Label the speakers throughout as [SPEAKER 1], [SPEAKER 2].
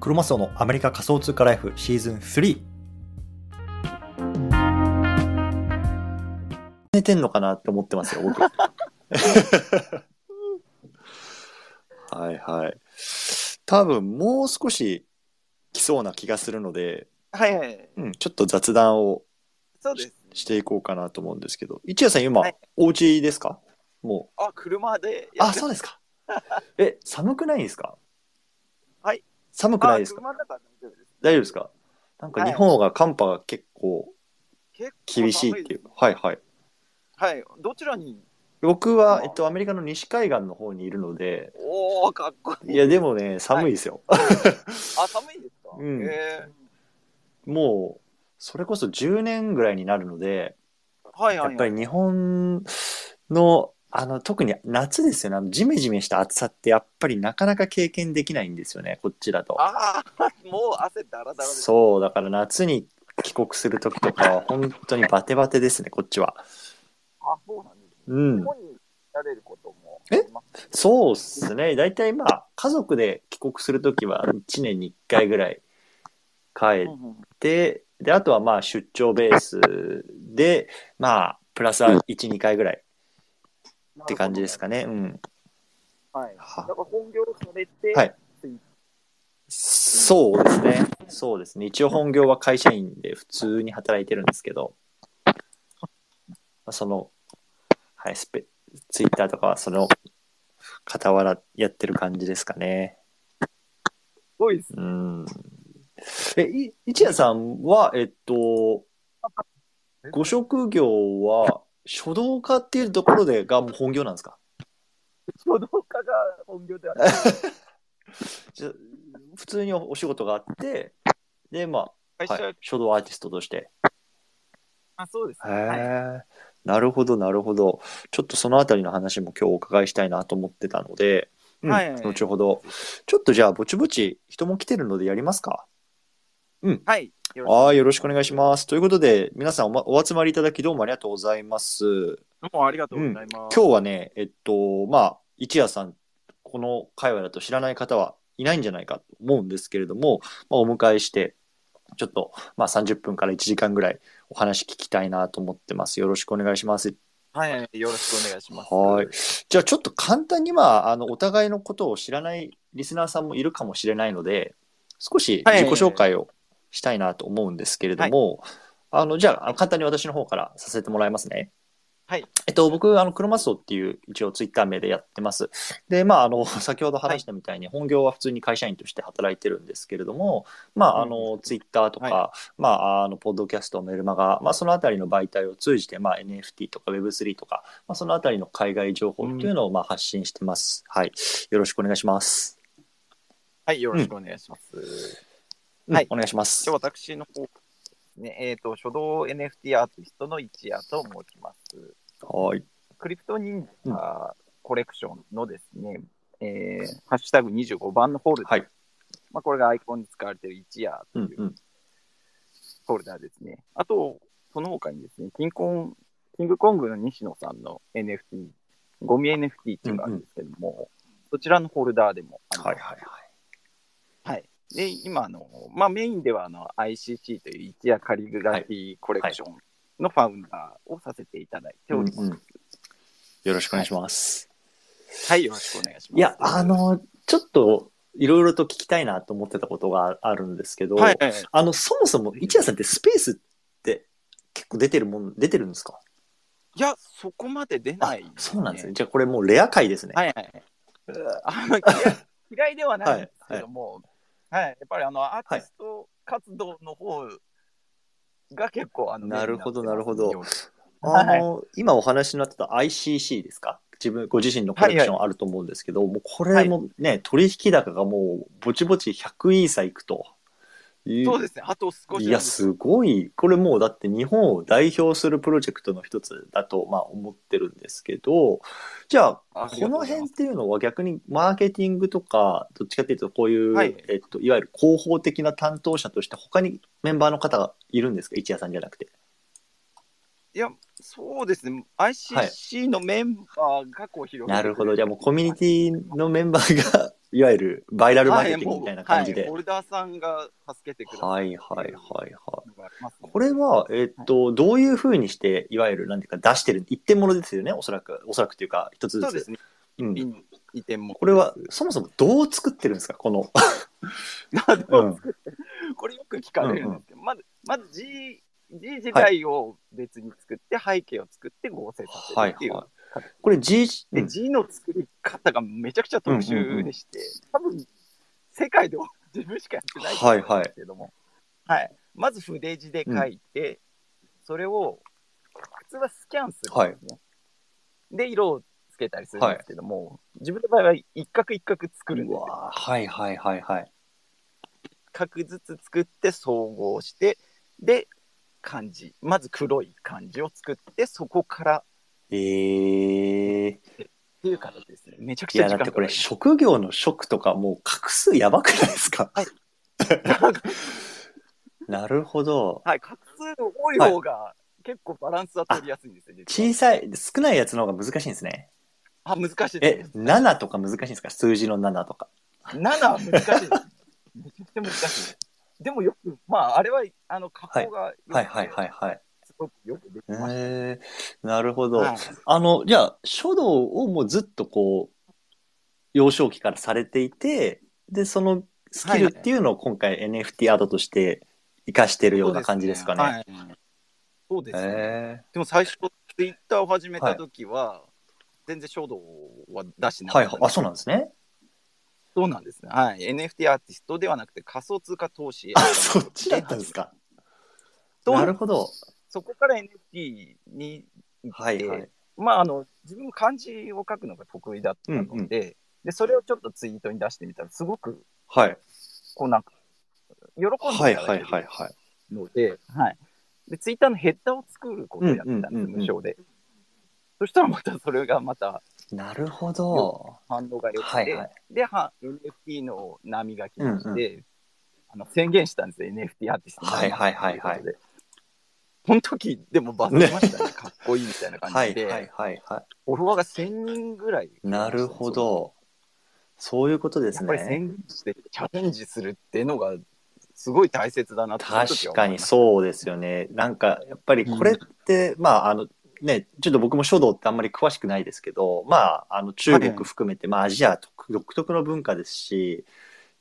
[SPEAKER 1] クロマスオのアメリカ仮想通貨ライフシーズン3。寝てんのかなって思ってますよ、 僕。はいはい。多分もう少し来そうな気がするので、
[SPEAKER 2] はいはい。
[SPEAKER 1] うん、ちょっと雑談を
[SPEAKER 2] そうです。
[SPEAKER 1] していこうかなと思うんですけど、一夜さん今、
[SPEAKER 2] はい
[SPEAKER 1] お家ですかも
[SPEAKER 2] あ、車で
[SPEAKER 1] う。
[SPEAKER 2] や
[SPEAKER 1] あ、
[SPEAKER 2] って。
[SPEAKER 1] そうです か。え、寒くないですか
[SPEAKER 2] はい。
[SPEAKER 1] 寒くないですか
[SPEAKER 2] 車だから大丈夫です。
[SPEAKER 1] 大丈夫ですかなんか日本が寒波が結構
[SPEAKER 2] 結構
[SPEAKER 1] 厳しいっていう。
[SPEAKER 2] 寒
[SPEAKER 1] はいはい。
[SPEAKER 2] です。はい。どちらに
[SPEAKER 1] 僕は
[SPEAKER 2] あ、ー
[SPEAKER 1] えっと、アメリカの西海岸の方にいるので、
[SPEAKER 2] おおかっこいい。
[SPEAKER 1] いや、でもね、寒いですよ。
[SPEAKER 2] あ、寒いんですか
[SPEAKER 1] うん
[SPEAKER 2] え
[SPEAKER 1] もう、それこそ10年ぐらいになるので、
[SPEAKER 2] ーはい
[SPEAKER 1] や
[SPEAKER 2] はい、はい。
[SPEAKER 1] っぱり日本の、あの、特に夏ですよね。あのジメジメした暑さって、やっぱりなかなか経験できないんですよね、こっちだと。
[SPEAKER 2] ああ、もう汗だらだらです。
[SPEAKER 1] そう、だから夏に帰国するときとかは、本当にバテバテですね、こっちは。
[SPEAKER 2] あ、そうなんです、ね。
[SPEAKER 1] うん
[SPEAKER 2] 日。本にられることも
[SPEAKER 1] え
[SPEAKER 2] あります。
[SPEAKER 1] そうっすね。大体まあ、家族で帰国するときは1年に1回ぐらい帰っ
[SPEAKER 2] うんうん
[SPEAKER 1] て、で、あとはまあ出張ベースで、まあ、プラスは1、2回ぐらいって感じです。かね。うん。
[SPEAKER 2] なるほどはい。
[SPEAKER 1] は
[SPEAKER 2] だから本業されて、
[SPEAKER 1] はいそうですね。そうですね。一応本業は会社員で普通に働いてるんですけど、まあその、はい、スペ、ツイッターとかはその、傍らやってる感じですかね。
[SPEAKER 2] すごいです。
[SPEAKER 1] うん。え、い一夜さんは、えっと、ご職業は書道家っていうところでがもう本業なんですか
[SPEAKER 2] 書道家が本 業ではない。
[SPEAKER 1] じゃ普通におお仕事があって、で、まあ、
[SPEAKER 2] 会社、
[SPEAKER 1] はい、書道アーティストとして。
[SPEAKER 2] あ、そうです
[SPEAKER 1] へ
[SPEAKER 2] ね。はい
[SPEAKER 1] え、なるほど、なるほど。ちょっとそのあたりの話も今日お伺いしたいなと思ってたので、うん
[SPEAKER 2] はいはい
[SPEAKER 1] 後ほど。ちょっとじゃあ、ぼちぼち人も来てるのでやりますか。
[SPEAKER 2] はい。よろし
[SPEAKER 1] はい、よろしくお願いします。ということで、皆さんお,、ま、お集まりいただきどうもありがとうございます。
[SPEAKER 2] くどうもありがとうございます。
[SPEAKER 1] 今日はね、えっと、まあ、一夜さん、この界隈だと知らない方はいないんじゃないかと思うんですけれども、まあ、お迎えして、ちょっと、まあ、30分から1時間ぐらいお話聞きたいなと思ってます。よろしくお願いします。
[SPEAKER 2] はいはい、よろしくお願いします。
[SPEAKER 1] はい。じゃあちょっと簡単に、まあ、あの、お互いのことを知らないリスナーさんもいるかもしれないので、少し自己紹介をしたいなと思うんですけれども、あの、じゃああの、簡単に私の方からさせてもらいますね。
[SPEAKER 2] はい。
[SPEAKER 1] えっと、僕、あの、クロマスオっていう、一応ツイッター名でやってます。で、まあ、あの、 先ほど話したみたいに、本業は普通に会社員として働いてるんですけれども、まあ、あの、ツイッターとか、
[SPEAKER 2] は
[SPEAKER 1] まあ、あの、ポッドキャスト、メルマガ、まあ、そのあたりの媒体を通じて、まあ、NFT とか Web3 とか、まあ、そのあたりの海外情報というのを、まあ、発信してます。はい。よろしくお願いします。
[SPEAKER 2] はい、よろしくお願いします。
[SPEAKER 1] うん
[SPEAKER 2] はい
[SPEAKER 1] お願いします
[SPEAKER 2] じゃあ。私の方ね、えっ、と、書道 NFT アーティストの一夜と申します。
[SPEAKER 1] はい。
[SPEAKER 2] クリプト忍者コレクションのですね、えーハッシュタグ25番のホールダー、
[SPEAKER 1] はい。
[SPEAKER 2] まあ、これがアイコンに使われている一夜
[SPEAKER 1] う
[SPEAKER 2] と
[SPEAKER 1] ん
[SPEAKER 2] いう
[SPEAKER 1] うん。
[SPEAKER 2] ホールダーですね。あと、その他にですね、キンコン、キングコングの西野さんの NFT、ゴミ NFT っていうのがあるんですけども、そちらのホルダーでもあの
[SPEAKER 1] はいはいはい。
[SPEAKER 2] はい。で、今、あの、まあ、メインでは、あの、ICC という一夜カリグラフィーコレクションのファウンダーをさせていただいております。
[SPEAKER 1] うんうんよろしくお願いします。
[SPEAKER 2] はい、よろしくお願いします。
[SPEAKER 1] いや、あ、の、ちょっと、いろいろと聞きたいなと思ってたことがあるんですけど、
[SPEAKER 2] はい、はい。
[SPEAKER 1] あの、そもそも、一夜さんってスペースって結構出てるもん、出てるんですか
[SPEAKER 2] いや、そこまで出
[SPEAKER 1] あ
[SPEAKER 2] ない、
[SPEAKER 1] そうなんですね。
[SPEAKER 2] ね。
[SPEAKER 1] じゃあこれもうレア回ですね。
[SPEAKER 2] はい、はい。あの、いや嫌いではないんですけども、はい、やっぱり、あの、アーティスト活動の方が結構、あの、
[SPEAKER 1] なるほど
[SPEAKER 2] メインにってます
[SPEAKER 1] なるほあの、今お話になってた ICC ですか自分、ご自身のコレクションあると思うんですけど、もうこれもね、取引高がもうぼちぼち100イーサいくとい
[SPEAKER 2] そうですね、あと少しなんです
[SPEAKER 1] いや、すごい。これもうだって日本を代表するプロジェクトの一つだと、まあ、思ってるんですけど、じゃあ、
[SPEAKER 2] あ
[SPEAKER 1] こ
[SPEAKER 2] りがとう
[SPEAKER 1] の
[SPEAKER 2] ござい
[SPEAKER 1] 辺
[SPEAKER 2] ま
[SPEAKER 1] っ
[SPEAKER 2] す
[SPEAKER 1] ていうのは逆にマーケティングとか、どっちかっていうとこういう、
[SPEAKER 2] はい
[SPEAKER 1] えっと、いわゆる広報的な担当者として他にメンバーの方がいるんですか一夜さんじゃなくて。
[SPEAKER 2] いや、そうですね、ICC のメンバーがこう広げてくれ
[SPEAKER 1] なるほど。じゃあもうコミュニティのメンバーが いわゆるバイラルマーケティング
[SPEAKER 2] はい
[SPEAKER 1] みたいな感じ
[SPEAKER 2] もう
[SPEAKER 1] で
[SPEAKER 2] はい。ホルダーさんが助けてくださ。
[SPEAKER 1] はいいはいはいはい。
[SPEAKER 2] のがありますね
[SPEAKER 1] これは、えっと、どういうふうにして、いわゆる、なんていうか、出してる、一点物ですよね、おそらく、おそらくというか、一つず
[SPEAKER 2] そう
[SPEAKER 1] つ。
[SPEAKER 2] ですね。
[SPEAKER 1] うん
[SPEAKER 2] 一品二点も。
[SPEAKER 1] これは、そもそもどう作ってるんですか、 この。うん
[SPEAKER 2] これよく聞かれるんですけど、まず、まず G、G 自体を別に作って、背景を作って合成させ
[SPEAKER 1] は
[SPEAKER 2] る
[SPEAKER 1] い
[SPEAKER 2] っていう。
[SPEAKER 1] はい。これ G、う
[SPEAKER 2] で、
[SPEAKER 1] ん
[SPEAKER 2] G の作り方がめちゃくちゃ特殊でして、多分、世界では自分しかやってないと思うんですけども、はい、まず筆字で書いて、それを、普通はスキャンするんですね。で、色をつけたりするんですけども、自分の場合は一角一角作るん
[SPEAKER 1] う
[SPEAKER 2] ですよ。
[SPEAKER 1] わーはいはいはいはい。
[SPEAKER 2] 角ずつ作って総合してで漢字まず黒い漢字を作ってそこからっ
[SPEAKER 1] ええ
[SPEAKER 2] ていう形ですねめちゃく
[SPEAKER 1] い
[SPEAKER 2] ちゃ
[SPEAKER 1] や、
[SPEAKER 2] 時
[SPEAKER 1] だ
[SPEAKER 2] 間
[SPEAKER 1] って
[SPEAKER 2] か
[SPEAKER 1] こ
[SPEAKER 2] か
[SPEAKER 1] れ、
[SPEAKER 2] る
[SPEAKER 1] 職業の職とか、もう、画数やばくないですか。
[SPEAKER 2] はい
[SPEAKER 1] なるほど。
[SPEAKER 2] はい画数の多い方が結構バランスは取りやすいんですよ、実は
[SPEAKER 1] 小さい、少ないやつの方が難しいんですね。
[SPEAKER 2] あ難しい
[SPEAKER 1] え
[SPEAKER 2] で、す
[SPEAKER 1] 7とか難しいんですか数字の7とか。
[SPEAKER 2] 7は難しいですめちゃくちゃ難しいでもよくまああれはあの加工がよくて
[SPEAKER 1] はいはいはいはい。
[SPEAKER 2] すごくよくでき
[SPEAKER 1] え
[SPEAKER 2] ました、
[SPEAKER 1] えなるほど。
[SPEAKER 2] はい
[SPEAKER 1] あの、じゃあ、書道をもうずっとこう、幼少期からされていて、で、そのスキルっていうのを今回 NFT アートとして活かしてるような感じですかね。
[SPEAKER 2] はいそうですね、
[SPEAKER 1] へ
[SPEAKER 2] でも最初、ツイッターを始めた時は、全然書道は出して
[SPEAKER 1] えは
[SPEAKER 2] なか
[SPEAKER 1] い
[SPEAKER 2] っ
[SPEAKER 1] はい
[SPEAKER 2] たん。で
[SPEAKER 1] あ、
[SPEAKER 2] す
[SPEAKER 1] そうなんですね。
[SPEAKER 2] そうなんですね。はい。NFT アーティストではなくて仮想通貨投資。
[SPEAKER 1] あ、そっちだったんですか。
[SPEAKER 2] そう
[SPEAKER 1] な
[SPEAKER 2] なん
[SPEAKER 1] る
[SPEAKER 2] です
[SPEAKER 1] ほど。
[SPEAKER 2] そこから NFT に行って、
[SPEAKER 1] はいはい。
[SPEAKER 2] まあ、あの、自分も漢字を書くのが得意だったので、
[SPEAKER 1] うんうん
[SPEAKER 2] で、それをちょっとツイートに出してみたら、すごく、
[SPEAKER 1] はい。
[SPEAKER 2] こうなんか、喜んでい
[SPEAKER 1] はい
[SPEAKER 2] た
[SPEAKER 1] は
[SPEAKER 2] だ
[SPEAKER 1] い
[SPEAKER 2] け
[SPEAKER 1] はい
[SPEAKER 2] る
[SPEAKER 1] はい。
[SPEAKER 2] ので、はい。で、ツイッターのヘッダーを作ることをやってたんです、
[SPEAKER 1] うんうんうんうん
[SPEAKER 2] 無償で。そしたらまたそれがまた
[SPEAKER 1] なるほど。
[SPEAKER 2] 反応が良くて、
[SPEAKER 1] はいはい。
[SPEAKER 2] で、は NFT の波が来まして、
[SPEAKER 1] うん
[SPEAKER 2] あの宣言したんですよ、NFT アーティストになります
[SPEAKER 1] はいはいはいはい
[SPEAKER 2] とうことでこの時でもバズりましたね、かっこいいみたいな
[SPEAKER 1] は
[SPEAKER 2] 感じ
[SPEAKER 1] い
[SPEAKER 2] で、
[SPEAKER 1] はいはいは
[SPEAKER 2] フォロワーが1000人ぐらい、
[SPEAKER 1] い。なるほ。ど。そういうことです
[SPEAKER 2] やっぱり
[SPEAKER 1] ね。
[SPEAKER 2] 宣言してチャレンジするっていうのが、すごい大切だなって、
[SPEAKER 1] 確かに
[SPEAKER 2] そ
[SPEAKER 1] そうですよね。なんかやっぱりこれって、まああのね、ちょっと僕も書道ってあんまり詳しくないですけど、まああの中国含めて、まあアジア独独特の文化ですし、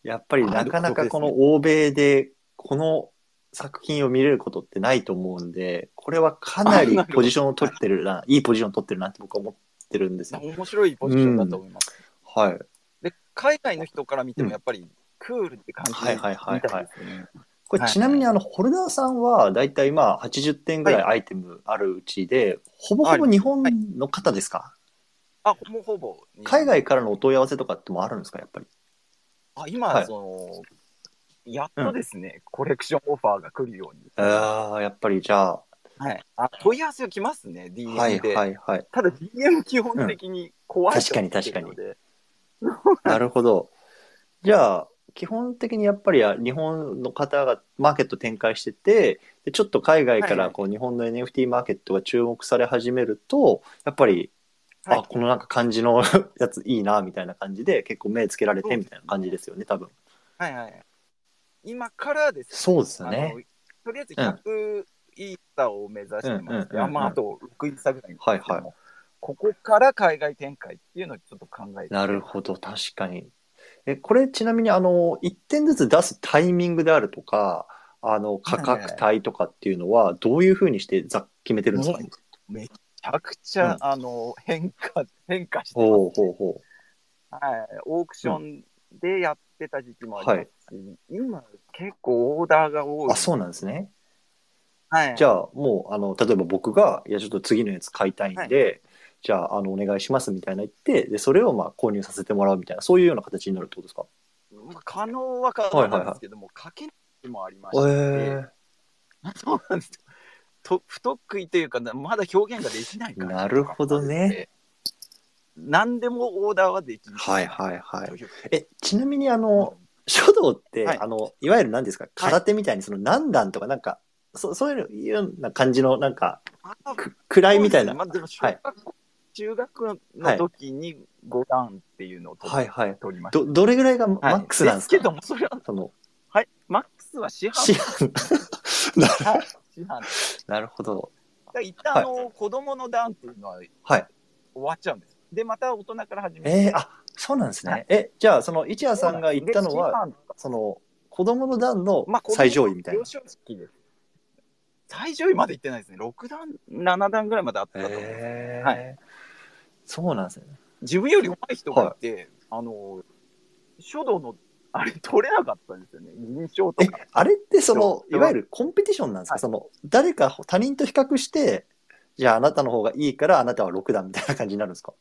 [SPEAKER 1] やっぱりなかなかこの
[SPEAKER 2] あ独
[SPEAKER 1] 欧米でこの作品を見れることってないと思うんで、これはかなり
[SPEAKER 2] あなるほど
[SPEAKER 1] ポジションを取ってるな、いいポジションを取ってるなって僕は思ってるんですよ。
[SPEAKER 2] 面白いポジションだと思います。
[SPEAKER 1] はい。
[SPEAKER 2] で、海外の人から見ても、やっぱりクールって感じで見たいですよね。
[SPEAKER 1] これ
[SPEAKER 2] はい
[SPEAKER 1] ちなみにあの、ホルダーさんはだいたいまあ80点ぐらいアイテムあるうちで、ほぼほぼ日本の方ですか、
[SPEAKER 2] あ、もうほぼ。
[SPEAKER 1] 海外からのお問い合わせとかってもあるんですかやっぱり。
[SPEAKER 2] あ今、
[SPEAKER 1] はい
[SPEAKER 2] そのやっとですね、コレクションオファーが来るように、
[SPEAKER 1] ああ、やっぱりじゃあ、
[SPEAKER 2] はい、あ問い合わせが来ますね、
[SPEAKER 1] はい
[SPEAKER 2] DM で。
[SPEAKER 1] はいはい。
[SPEAKER 2] ただ、DM 基本的に怖い、
[SPEAKER 1] うん確かに確かに
[SPEAKER 2] に。
[SPEAKER 1] なるほど。 じゃあ、基本的にやっぱりあ日本の方がマーケット展開してて、でちょっと海外か
[SPEAKER 2] はいは
[SPEAKER 1] ら
[SPEAKER 2] い
[SPEAKER 1] こう日本の NFT マーケットが注目され始めると、やっぱり、
[SPEAKER 2] はい
[SPEAKER 1] あ、このなんか感じの やついいな、みたいな感じで結構目つけられてみたいな感じですよね、多分。
[SPEAKER 2] はいはい、今からです
[SPEAKER 1] そうですよ
[SPEAKER 2] ねあ
[SPEAKER 1] ね
[SPEAKER 2] の。とりあえず100イーサを目指してます、
[SPEAKER 1] うんうんうんうん
[SPEAKER 2] あまあ、あと6イーサぐらいですけども
[SPEAKER 1] はいは
[SPEAKER 2] ここから海外展開っていうのをちょっと考えて、
[SPEAKER 1] なるほど、確かに。え、これちなみにあの、1点ずつ出すタイミングであるとか、あの、価格帯とかっていうのは、どういうふうにしてざっ決めてるんですか、
[SPEAKER 2] うんめちゃくちゃ、
[SPEAKER 1] うん
[SPEAKER 2] あの変化変化してます
[SPEAKER 1] ほうほうほ
[SPEAKER 2] はい、オークションでやってた時期もありますし、今、結構オーダーが多
[SPEAKER 1] う。
[SPEAKER 2] い。
[SPEAKER 1] あ、そうなんですね。
[SPEAKER 2] はい、
[SPEAKER 1] じゃあ、もう、あの、例えば僕が、いや、ちょっと次のやつ買いたいんで、じゃあ、あの、お願いしますみたいな言って、で、それをまあ購入させてもらうみたいな、そういうような形になるってことですか
[SPEAKER 2] まあ可能は可能なんですけども、かけない日もありまして、
[SPEAKER 1] え
[SPEAKER 2] そうなんですよと不得意というか、なまだ表現ができないから。
[SPEAKER 1] なるほどね。
[SPEAKER 2] 何でもオーダーはできる。
[SPEAKER 1] はいはいはい
[SPEAKER 2] と。いう
[SPEAKER 1] え、ちなみにあの、書道って、
[SPEAKER 2] はい
[SPEAKER 1] あの、いわゆる何ですか、空手みたいにその何段とかなんか、そそういうような感じの、なんか、
[SPEAKER 2] あ
[SPEAKER 1] く位みたいな。
[SPEAKER 2] まあ、でも小学校、中学の時に5段っていうのを取,、
[SPEAKER 1] はいはい。
[SPEAKER 2] 取りました。
[SPEAKER 1] ど、どれぐらいがマ
[SPEAKER 2] はい
[SPEAKER 1] ックスなんですか、
[SPEAKER 2] けども、それは、
[SPEAKER 1] その、
[SPEAKER 2] はい、マックスは
[SPEAKER 1] 市
[SPEAKER 2] 市販。
[SPEAKER 1] 販。
[SPEAKER 2] はい、市販。
[SPEAKER 1] なるほど。
[SPEAKER 2] だから一旦、あの、子供の段っていうのは終
[SPEAKER 1] はい。
[SPEAKER 2] わっちゃうんです。で、また大人から始める。
[SPEAKER 1] えー、あ、そうなんですね。
[SPEAKER 2] はい
[SPEAKER 1] え、じゃあ、その、市谷さんが言ったのは、
[SPEAKER 2] で、市販
[SPEAKER 1] その、子供の段の
[SPEAKER 2] まあ、子供の
[SPEAKER 1] 最上位みたいな
[SPEAKER 2] 幼。少期です。最上位まで行ってないですね。6段、7段ぐらいまであったと思う。
[SPEAKER 1] えー、
[SPEAKER 2] は
[SPEAKER 1] そうなんですね。
[SPEAKER 2] 自分より上手い人がいて、あの、書道の、あれ取れなかったんですよね。銀賞と
[SPEAKER 1] え
[SPEAKER 2] か。、
[SPEAKER 1] あれってその
[SPEAKER 2] そ、う
[SPEAKER 1] いわゆるコンペティションなんですか、
[SPEAKER 2] はい
[SPEAKER 1] その、誰か他人と比較して、じゃああなたの方がいいからあなたは6段みたいな感じになるんですか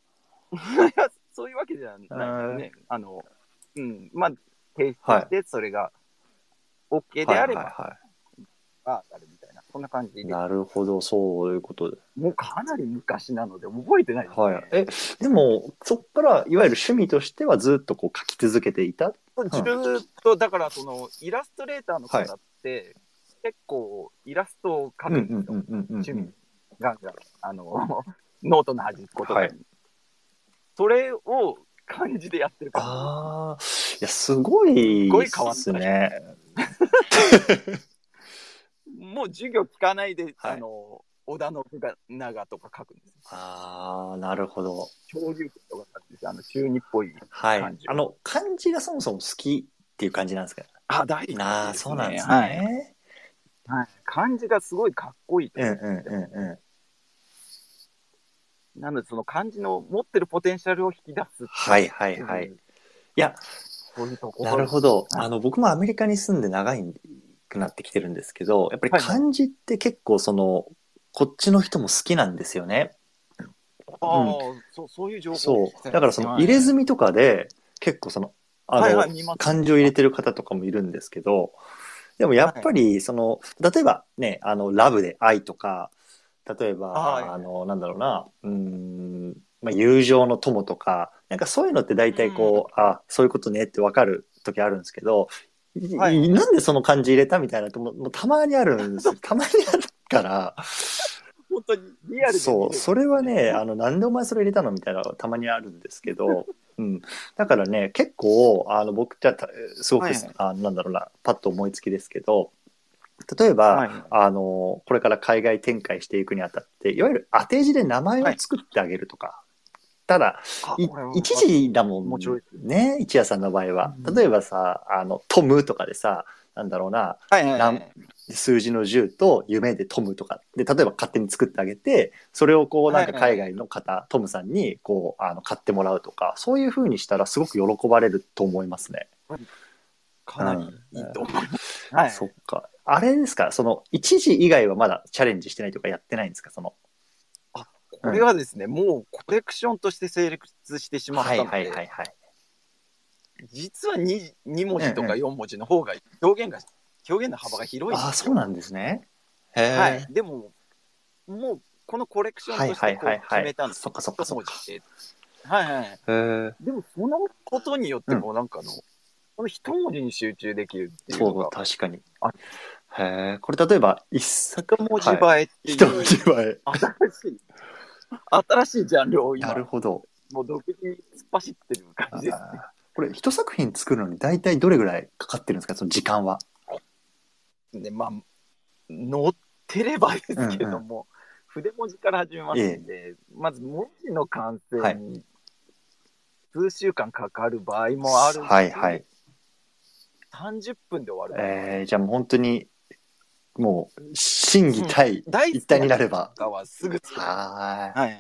[SPEAKER 2] そういうわけじゃないですね。あの、うん、まあ、提
[SPEAKER 1] はい
[SPEAKER 2] 出して、それが OK であれば、
[SPEAKER 1] はいはいは
[SPEAKER 2] ああるみたいな、そんな感じで
[SPEAKER 1] い、、なるほど、そういうことで。
[SPEAKER 2] もうかなり昔なので、覚えてないです、ね。
[SPEAKER 1] はい。え、でも、そっから、いわゆる趣味としてはずっとこう書き続けていた。
[SPEAKER 2] ずーっと、だから、その、イラストレーターの方って、結構、イラストを描くんですよ。
[SPEAKER 1] うん
[SPEAKER 2] 趣味、ガンガン、あの、 ノートの端っことかに。
[SPEAKER 1] はい
[SPEAKER 2] それを感じでやってるから、
[SPEAKER 1] ああ、いや、すごい
[SPEAKER 2] すごい変わ
[SPEAKER 1] っ
[SPEAKER 2] った
[SPEAKER 1] すね。
[SPEAKER 2] もう授業聞かないで、
[SPEAKER 1] はい
[SPEAKER 2] あの、織田信長とか書くんですよ。
[SPEAKER 1] ああ、なるほど。
[SPEAKER 2] 潮流とか書くんですよあの、中二っぽい。
[SPEAKER 1] はい
[SPEAKER 2] 漢。字
[SPEAKER 1] あの、漢字がそもそも好きっていう感じなんですか
[SPEAKER 2] あ、大
[SPEAKER 1] なあ、そうなんですね。
[SPEAKER 2] はい。はい漢字がすごいかっこいいと
[SPEAKER 1] うん
[SPEAKER 2] 思
[SPEAKER 1] う
[SPEAKER 2] うんんですよ
[SPEAKER 1] うんうん。
[SPEAKER 2] なので、その漢字の持ってるポテンシャルを引き出す。
[SPEAKER 1] はいはいはい。いや、
[SPEAKER 2] そういうところ。
[SPEAKER 1] なるほど。
[SPEAKER 2] はい
[SPEAKER 1] あの、僕もアメリカに住んで長いくなってきてるんですけど、やっぱり
[SPEAKER 2] はい
[SPEAKER 1] 漢字って結構その、こっちの人も好きなんですよね。
[SPEAKER 2] ああ、そう、そういう情報を
[SPEAKER 1] そ
[SPEAKER 2] 聞きたいです
[SPEAKER 1] う。
[SPEAKER 2] ね
[SPEAKER 1] だからその入れ墨とかで結構その、あの、
[SPEAKER 2] はいはい、見ます。
[SPEAKER 1] 感情入れてる方とかもいるんですけど、でもやっぱり、その、例えばね、あの、ラブで愛とか、例えば、
[SPEAKER 2] はい
[SPEAKER 1] あの、なんだろうな、うーん、まあ、友情の友とか、なんかそういうのって大体こう、あ、そういうことねってわかる時あるんですけど、い
[SPEAKER 2] はい
[SPEAKER 1] なんでその漢字入れたみたいなのももうたまにあるんですよ。 たまにあるから、
[SPEAKER 2] 本当にリアルで見れる。
[SPEAKER 1] そう、それはね、あの、なんでお前それ入れたのみたいなのがたまにあるんですけ ど、うん。だからね、結構、あの、僕じゃ、たすごく、
[SPEAKER 2] はいはい
[SPEAKER 1] あのなんだろうな、パッと思いつきですけど、例えば、
[SPEAKER 2] はい。
[SPEAKER 1] あの、これから海外展開していくにあたって、いわゆる当て字で名前を作ってあげるとか、ただ、
[SPEAKER 2] あ
[SPEAKER 1] い
[SPEAKER 2] これは
[SPEAKER 1] 一時だも
[SPEAKER 2] も
[SPEAKER 1] ん
[SPEAKER 2] ちろん
[SPEAKER 1] ね、一夜さんの場合は。
[SPEAKER 2] うん
[SPEAKER 1] 例えばさ、あの、トムとかでさ、なんだろうな、
[SPEAKER 2] はいはいは
[SPEAKER 1] ないん数字の10と夢でトムとかで例えば勝手に作ってあげてそれをこうなんか
[SPEAKER 2] はいは
[SPEAKER 1] 海外
[SPEAKER 2] い
[SPEAKER 1] の方、トムさんにこうあの買ってもらうとかそういうふうにしたらすごく喜ばれると思いますね。
[SPEAKER 2] かなりいいと思います。はい。
[SPEAKER 1] そっかあれですかその一時以外はまだチャレンジしてないとかやってないんですかその
[SPEAKER 2] これはですね、もうコレクションとして成立してしまった
[SPEAKER 1] は
[SPEAKER 2] の
[SPEAKER 1] い
[SPEAKER 2] で、
[SPEAKER 1] はいはいはい。
[SPEAKER 2] 実は 2, 2文字と
[SPEAKER 1] うんう
[SPEAKER 2] か4文字の方が表現が、表現の幅が広いん
[SPEAKER 1] ああ
[SPEAKER 2] です
[SPEAKER 1] そう
[SPEAKER 2] よ。
[SPEAKER 1] なんですね。へえ、
[SPEAKER 2] はい。でも、もうこのコレクションとしてこ
[SPEAKER 1] はいはいはいうはい
[SPEAKER 2] 決めたんです
[SPEAKER 1] そっかそっか
[SPEAKER 2] 一
[SPEAKER 1] そっ
[SPEAKER 2] 文
[SPEAKER 1] か
[SPEAKER 2] 字って。はいはい。
[SPEAKER 1] へえ
[SPEAKER 2] でも、そのことによっても、なんかあの、この一文字に集中できるっていう
[SPEAKER 1] そ
[SPEAKER 2] の
[SPEAKER 1] う
[SPEAKER 2] が
[SPEAKER 1] だ、確かに。
[SPEAKER 2] あ
[SPEAKER 1] へえこれ例えば一作
[SPEAKER 2] 一文字映えっていう、
[SPEAKER 1] 一文字前。
[SPEAKER 2] 新しい、新しいジャンルを
[SPEAKER 1] な
[SPEAKER 2] 今
[SPEAKER 1] る、ほど。
[SPEAKER 2] もう独自に突っ走ってる感じです。
[SPEAKER 1] あーこれ一作品作るのに大体どれぐらいかかってるんですかその時間は。
[SPEAKER 2] で、まあ、乗ってればですけども、筆文字から始めますんで、まず文字の完成に数週間かかる場合もあるし、
[SPEAKER 1] はいはい。
[SPEAKER 2] 30分で終わる場合もある。
[SPEAKER 1] えー、じゃあもう本当にもう真偽対
[SPEAKER 2] 大好
[SPEAKER 1] 一
[SPEAKER 2] きな
[SPEAKER 1] 体になれば。
[SPEAKER 2] 画はすぐ作る。は、
[SPEAKER 1] はい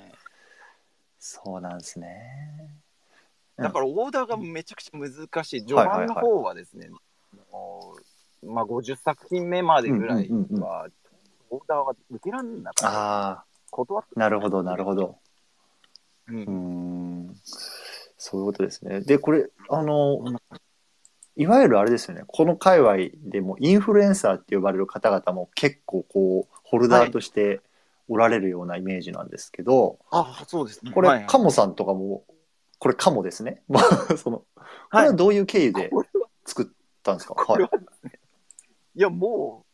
[SPEAKER 1] そうなんですね。
[SPEAKER 2] だからオーダーがめちゃくちゃ難しい。序
[SPEAKER 1] はいはいは
[SPEAKER 2] 盤
[SPEAKER 1] い
[SPEAKER 2] の方はですね、もうまあ、50作品目までぐらい
[SPEAKER 1] うんうんうんうん
[SPEAKER 2] は、オーダーは受けられなかった。
[SPEAKER 1] あ
[SPEAKER 2] 断って
[SPEAKER 1] あなるほどなるほど。
[SPEAKER 2] うん
[SPEAKER 1] うーんそういうことですね。でこれあのいわゆるあれですよねこの界隈でもインフルエンサーって呼ばれる方々も結構こうホルダーとしておられるようなイメージなんですけど、
[SPEAKER 2] あ、そうですね。
[SPEAKER 1] これ、
[SPEAKER 2] はいはい
[SPEAKER 1] カモさんとかも、これカモですね。 まあ、その、これはどういう経緯で
[SPEAKER 2] これは
[SPEAKER 1] 作ったんですか
[SPEAKER 2] こ
[SPEAKER 1] は
[SPEAKER 2] れ
[SPEAKER 1] い
[SPEAKER 2] は。いや、も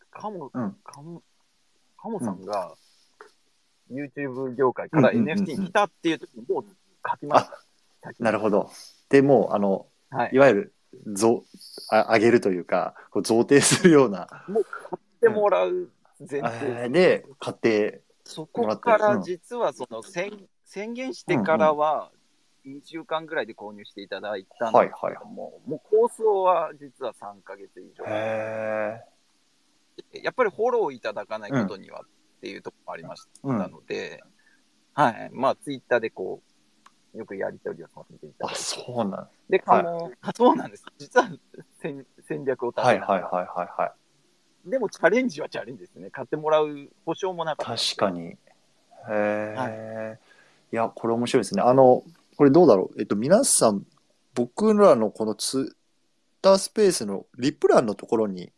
[SPEAKER 2] う、カモ、
[SPEAKER 1] うん
[SPEAKER 2] カモ、カモさんが、 YouTube 業界から NFT に来たっていう時にもう書きました。
[SPEAKER 1] なるほど。でもう、あの、
[SPEAKER 2] はい
[SPEAKER 1] い。わゆる、ぞあ上げるというか、こう贈呈するような、
[SPEAKER 2] でもらう前
[SPEAKER 1] えー
[SPEAKER 2] 提。
[SPEAKER 1] で、買って、
[SPEAKER 2] そこから実はその宣宣言してからは2週間ぐらいで購入していただいたんですけども、もう構想は実は3ヶ月以上。
[SPEAKER 1] へ
[SPEAKER 2] やっぱりフォローいただかないことにはっていうところもありましたので、はい。まあ、ツイッターでこう、よくやり取りをさせていただ
[SPEAKER 1] あ、
[SPEAKER 2] いて。
[SPEAKER 1] そうなん
[SPEAKER 2] で、かも、あ そうなんです。実は戦戦略を立てな
[SPEAKER 1] はい
[SPEAKER 2] がら
[SPEAKER 1] はいはいはいはい。
[SPEAKER 2] でもチャレンジはチャレンジですね。買ってもらう保証もなかった。
[SPEAKER 1] 確かに。へえ、い。や、これ面白いですね。あの、これどうだろう。えっと、皆さん、僕らのこのツイッタースペースのリプランのところに、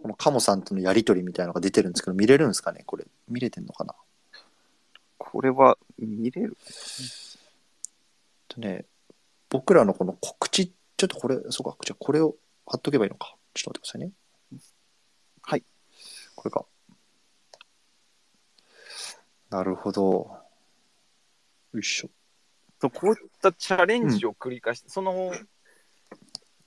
[SPEAKER 1] このカモさんとのやりとりみたいなのが出てるんですけど、見れるんですかねこれ、見れてんのかな
[SPEAKER 2] これは見れる
[SPEAKER 1] えっとね、僕らのこの告知、ちょっとこれ、そうか、じゃあこれを貼っとけばいいのか。ちょっと待ってくださいね。
[SPEAKER 2] はい。
[SPEAKER 1] これか。なるほど。よいしょ。
[SPEAKER 2] そうこういったチャレンジを繰り返して、その、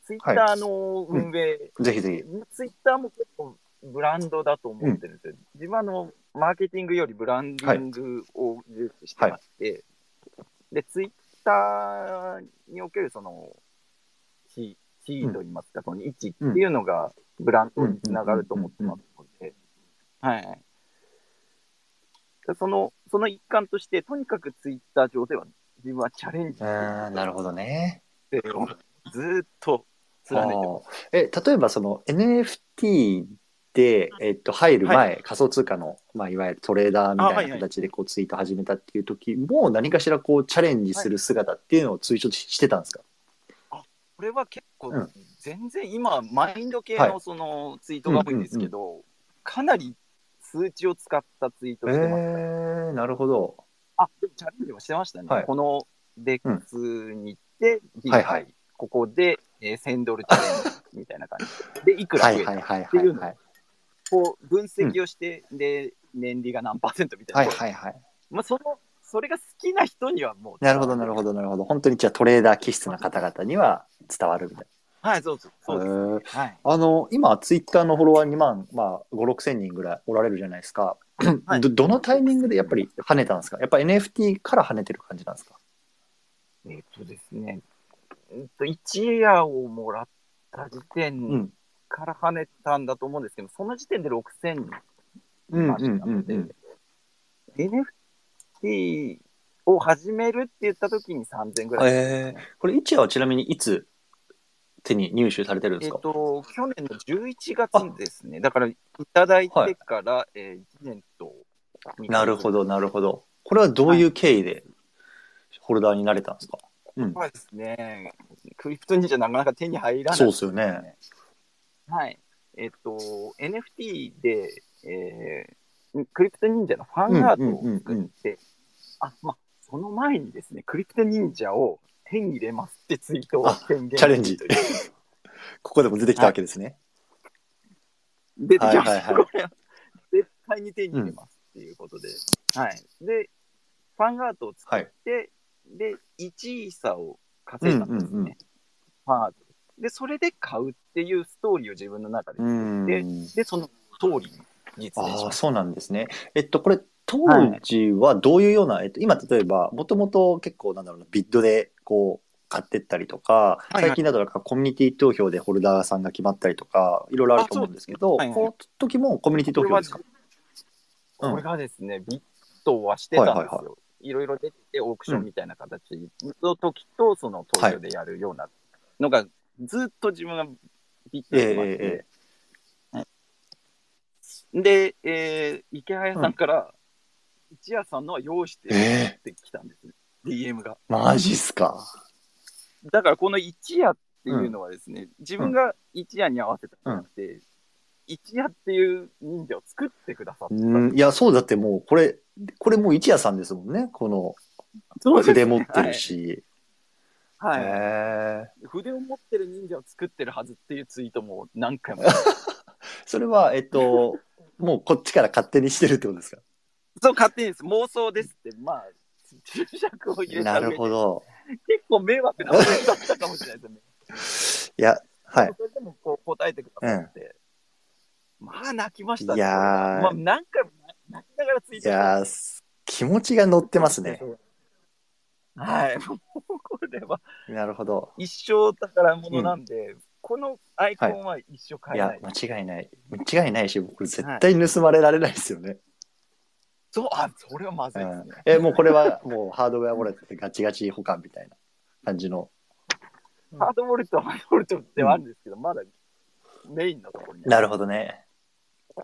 [SPEAKER 2] ツイッターの運営、
[SPEAKER 1] ぜひぜひ。
[SPEAKER 2] ツイッターも結構ブランドだと思ってるんですよ。自分はあの、マーケティングよりブランディングを重視してまして、で、ツイッターにおけるその、シシーといいますか、その位置っていうのがブランドにつながると思ってますので、はい。でその、その一環として、とにかくツイッター上では自分はチャレンジ
[SPEAKER 1] あーなるほどね。
[SPEAKER 2] っていうのをずーっと貫いてます。
[SPEAKER 1] あーえ例えばその NFT で、えっと、入る前、
[SPEAKER 2] は
[SPEAKER 1] 仮想通貨の、まあ、いわゆるトレーダーみ
[SPEAKER 2] あ
[SPEAKER 1] た
[SPEAKER 2] はいい
[SPEAKER 1] な
[SPEAKER 2] はい
[SPEAKER 1] 形でこうツイート始めたっていう時も何かしらこうチャレンジする姿っていうのをツイートししてたんですか、
[SPEAKER 2] これは結構
[SPEAKER 1] うん、
[SPEAKER 2] 全然今、マインド系
[SPEAKER 1] はい
[SPEAKER 2] のそのツイートが多いんですけど、かなり数値を使ったツイートしてます。
[SPEAKER 1] えー、なるほど。
[SPEAKER 2] あ、でもチャレンジはしてましたね。
[SPEAKER 1] はい
[SPEAKER 2] このデックスに行って、
[SPEAKER 1] はいはい
[SPEAKER 2] ここで、えー1000ドルチャレンジみたいな感じで、でいくら
[SPEAKER 1] は
[SPEAKER 2] 増え
[SPEAKER 1] い
[SPEAKER 2] た
[SPEAKER 1] はいはい
[SPEAKER 2] て
[SPEAKER 1] はいいう
[SPEAKER 2] の
[SPEAKER 1] はい。
[SPEAKER 2] こう分析をして、で、年利が何パーセントみた
[SPEAKER 1] はいい
[SPEAKER 2] な。
[SPEAKER 1] はいはい。
[SPEAKER 2] まあ、その、それが好きな人にはもう。
[SPEAKER 1] なるほどなるほどなるほど。本当にじゃあトレーダー気質な方々には伝わるみたい
[SPEAKER 2] ど。はい、そうそう。そ
[SPEAKER 1] な。
[SPEAKER 2] うです。
[SPEAKER 1] へー
[SPEAKER 2] はい。
[SPEAKER 1] あの今ツイッターのフォロワー2万、まあ、5 6千人ぐらいおられるじゃないですか、
[SPEAKER 2] はい
[SPEAKER 1] どどのタイミングでやっぱり跳ねたんですかやっぱ NFT から跳ねてる感じなんですか
[SPEAKER 2] えっとですね、うんと一夜をもらった時
[SPEAKER 1] う
[SPEAKER 2] 点
[SPEAKER 1] ん
[SPEAKER 2] から跳ねたんだと思うんですけど、その時点で6000人
[SPEAKER 1] うん
[SPEAKER 2] ましたので、NFT を始めるって言った時に3000ぐらい。
[SPEAKER 1] えー、これ一夜はちなみにいつ手に入手されてるんで
[SPEAKER 2] えっ
[SPEAKER 1] すか、
[SPEAKER 2] と、去年の11月ですね。だから、いただいてから、え1年と。
[SPEAKER 1] なるほ
[SPEAKER 2] ど。
[SPEAKER 1] どなるほどこれはどういう経緯でホルダーになれたんですか、うん
[SPEAKER 2] そうですね。クリプト忍者なかなか手に入らない
[SPEAKER 1] そうですよね
[SPEAKER 2] はい。えっと、NFT で、えークリプト忍者のファンアートを作って、あ、まあ、その前にですね、クリプト忍者を手に入れますってツイートを
[SPEAKER 1] あ
[SPEAKER 2] 宣言
[SPEAKER 1] チャレンジ
[SPEAKER 2] という
[SPEAKER 1] ここでも出てきたわけですね、
[SPEAKER 2] 出てきました。
[SPEAKER 1] はいはいはい
[SPEAKER 2] これは絶対に手に入れますっていうことで、はい。で、ファンアートを作って、で、1位差を稼いだんですね。
[SPEAKER 1] うんうんうん
[SPEAKER 2] ファンアート。で、それで買うっていうストーリーを自分の中で
[SPEAKER 1] う、ん
[SPEAKER 2] で、その通りに実現し
[SPEAKER 1] ああ、
[SPEAKER 2] まし
[SPEAKER 1] そうなんですね。えっと、これ、当時はどういうような、えっと、今、例えば、もともと結構、なんだろうな、ビッドで、こう、買ってったりとか、
[SPEAKER 2] いはい
[SPEAKER 1] 最近だと、なんか、コミュニティ投票でホルダーさんが決まったりとか、いろいろあると思うんですけど、
[SPEAKER 2] あそうですねはいはい
[SPEAKER 1] この時もコミュニティ
[SPEAKER 2] た。
[SPEAKER 1] 投票ですか
[SPEAKER 2] これ
[SPEAKER 1] うん
[SPEAKER 2] はこれがですね、ビットはしてたんですよ。
[SPEAKER 1] はい
[SPEAKER 2] い
[SPEAKER 1] はい
[SPEAKER 2] ろいろ出て、オークションみたいな形の時と、その投票でやるようなのが、ずっと自分がビットしてまして、
[SPEAKER 1] えええ
[SPEAKER 2] で、えー、池谷さんから、一夜さんのは用意して
[SPEAKER 1] え
[SPEAKER 2] ってきたんですね、DM が。
[SPEAKER 1] マジっすか。
[SPEAKER 2] だからこの一夜っていうのはですね、自分が一夜に合わせたんじゃなくて、一夜っていう忍者を作ってくださった。
[SPEAKER 1] うん、いや、そうだってもう、これ、これもう一夜さんですもんね、この、筆持ってるし。
[SPEAKER 2] は
[SPEAKER 1] へ
[SPEAKER 2] い。
[SPEAKER 1] え
[SPEAKER 2] 筆を持ってる忍者を作ってるはずっていうツイートも何回も。
[SPEAKER 1] それは、えっと、もうこっちから勝手にしてるってことですか
[SPEAKER 2] そう、勝手にです。妄想ですって、まあ、注釈を入れた
[SPEAKER 1] な
[SPEAKER 2] 上で
[SPEAKER 1] るほど。
[SPEAKER 2] 結構迷惑な話だったかもしれないですね。
[SPEAKER 1] いや、はい。
[SPEAKER 2] それでもこう答えてくださって、まあ泣きました
[SPEAKER 1] いやー
[SPEAKER 2] まあ、何回も泣きながらつい
[SPEAKER 1] い
[SPEAKER 2] て
[SPEAKER 1] やー、す気持ちが乗ってますね。。
[SPEAKER 2] はい、もうこれは
[SPEAKER 1] なるほど。
[SPEAKER 2] 一生宝物なんで、このアイコンは一生
[SPEAKER 1] い
[SPEAKER 2] 変えな
[SPEAKER 1] や
[SPEAKER 2] い。、
[SPEAKER 1] 間違いない。間違いないし、これ絶対盗まれられないですよね。
[SPEAKER 2] そう、あ、それはまずいですね。
[SPEAKER 1] え、もうこれはもうハードウェアウォレットでガチガチ保管みたいな感じの。うん
[SPEAKER 2] ハードボルトはハードボルトではあるんですけど、まだメインのところに。
[SPEAKER 1] なるほどね。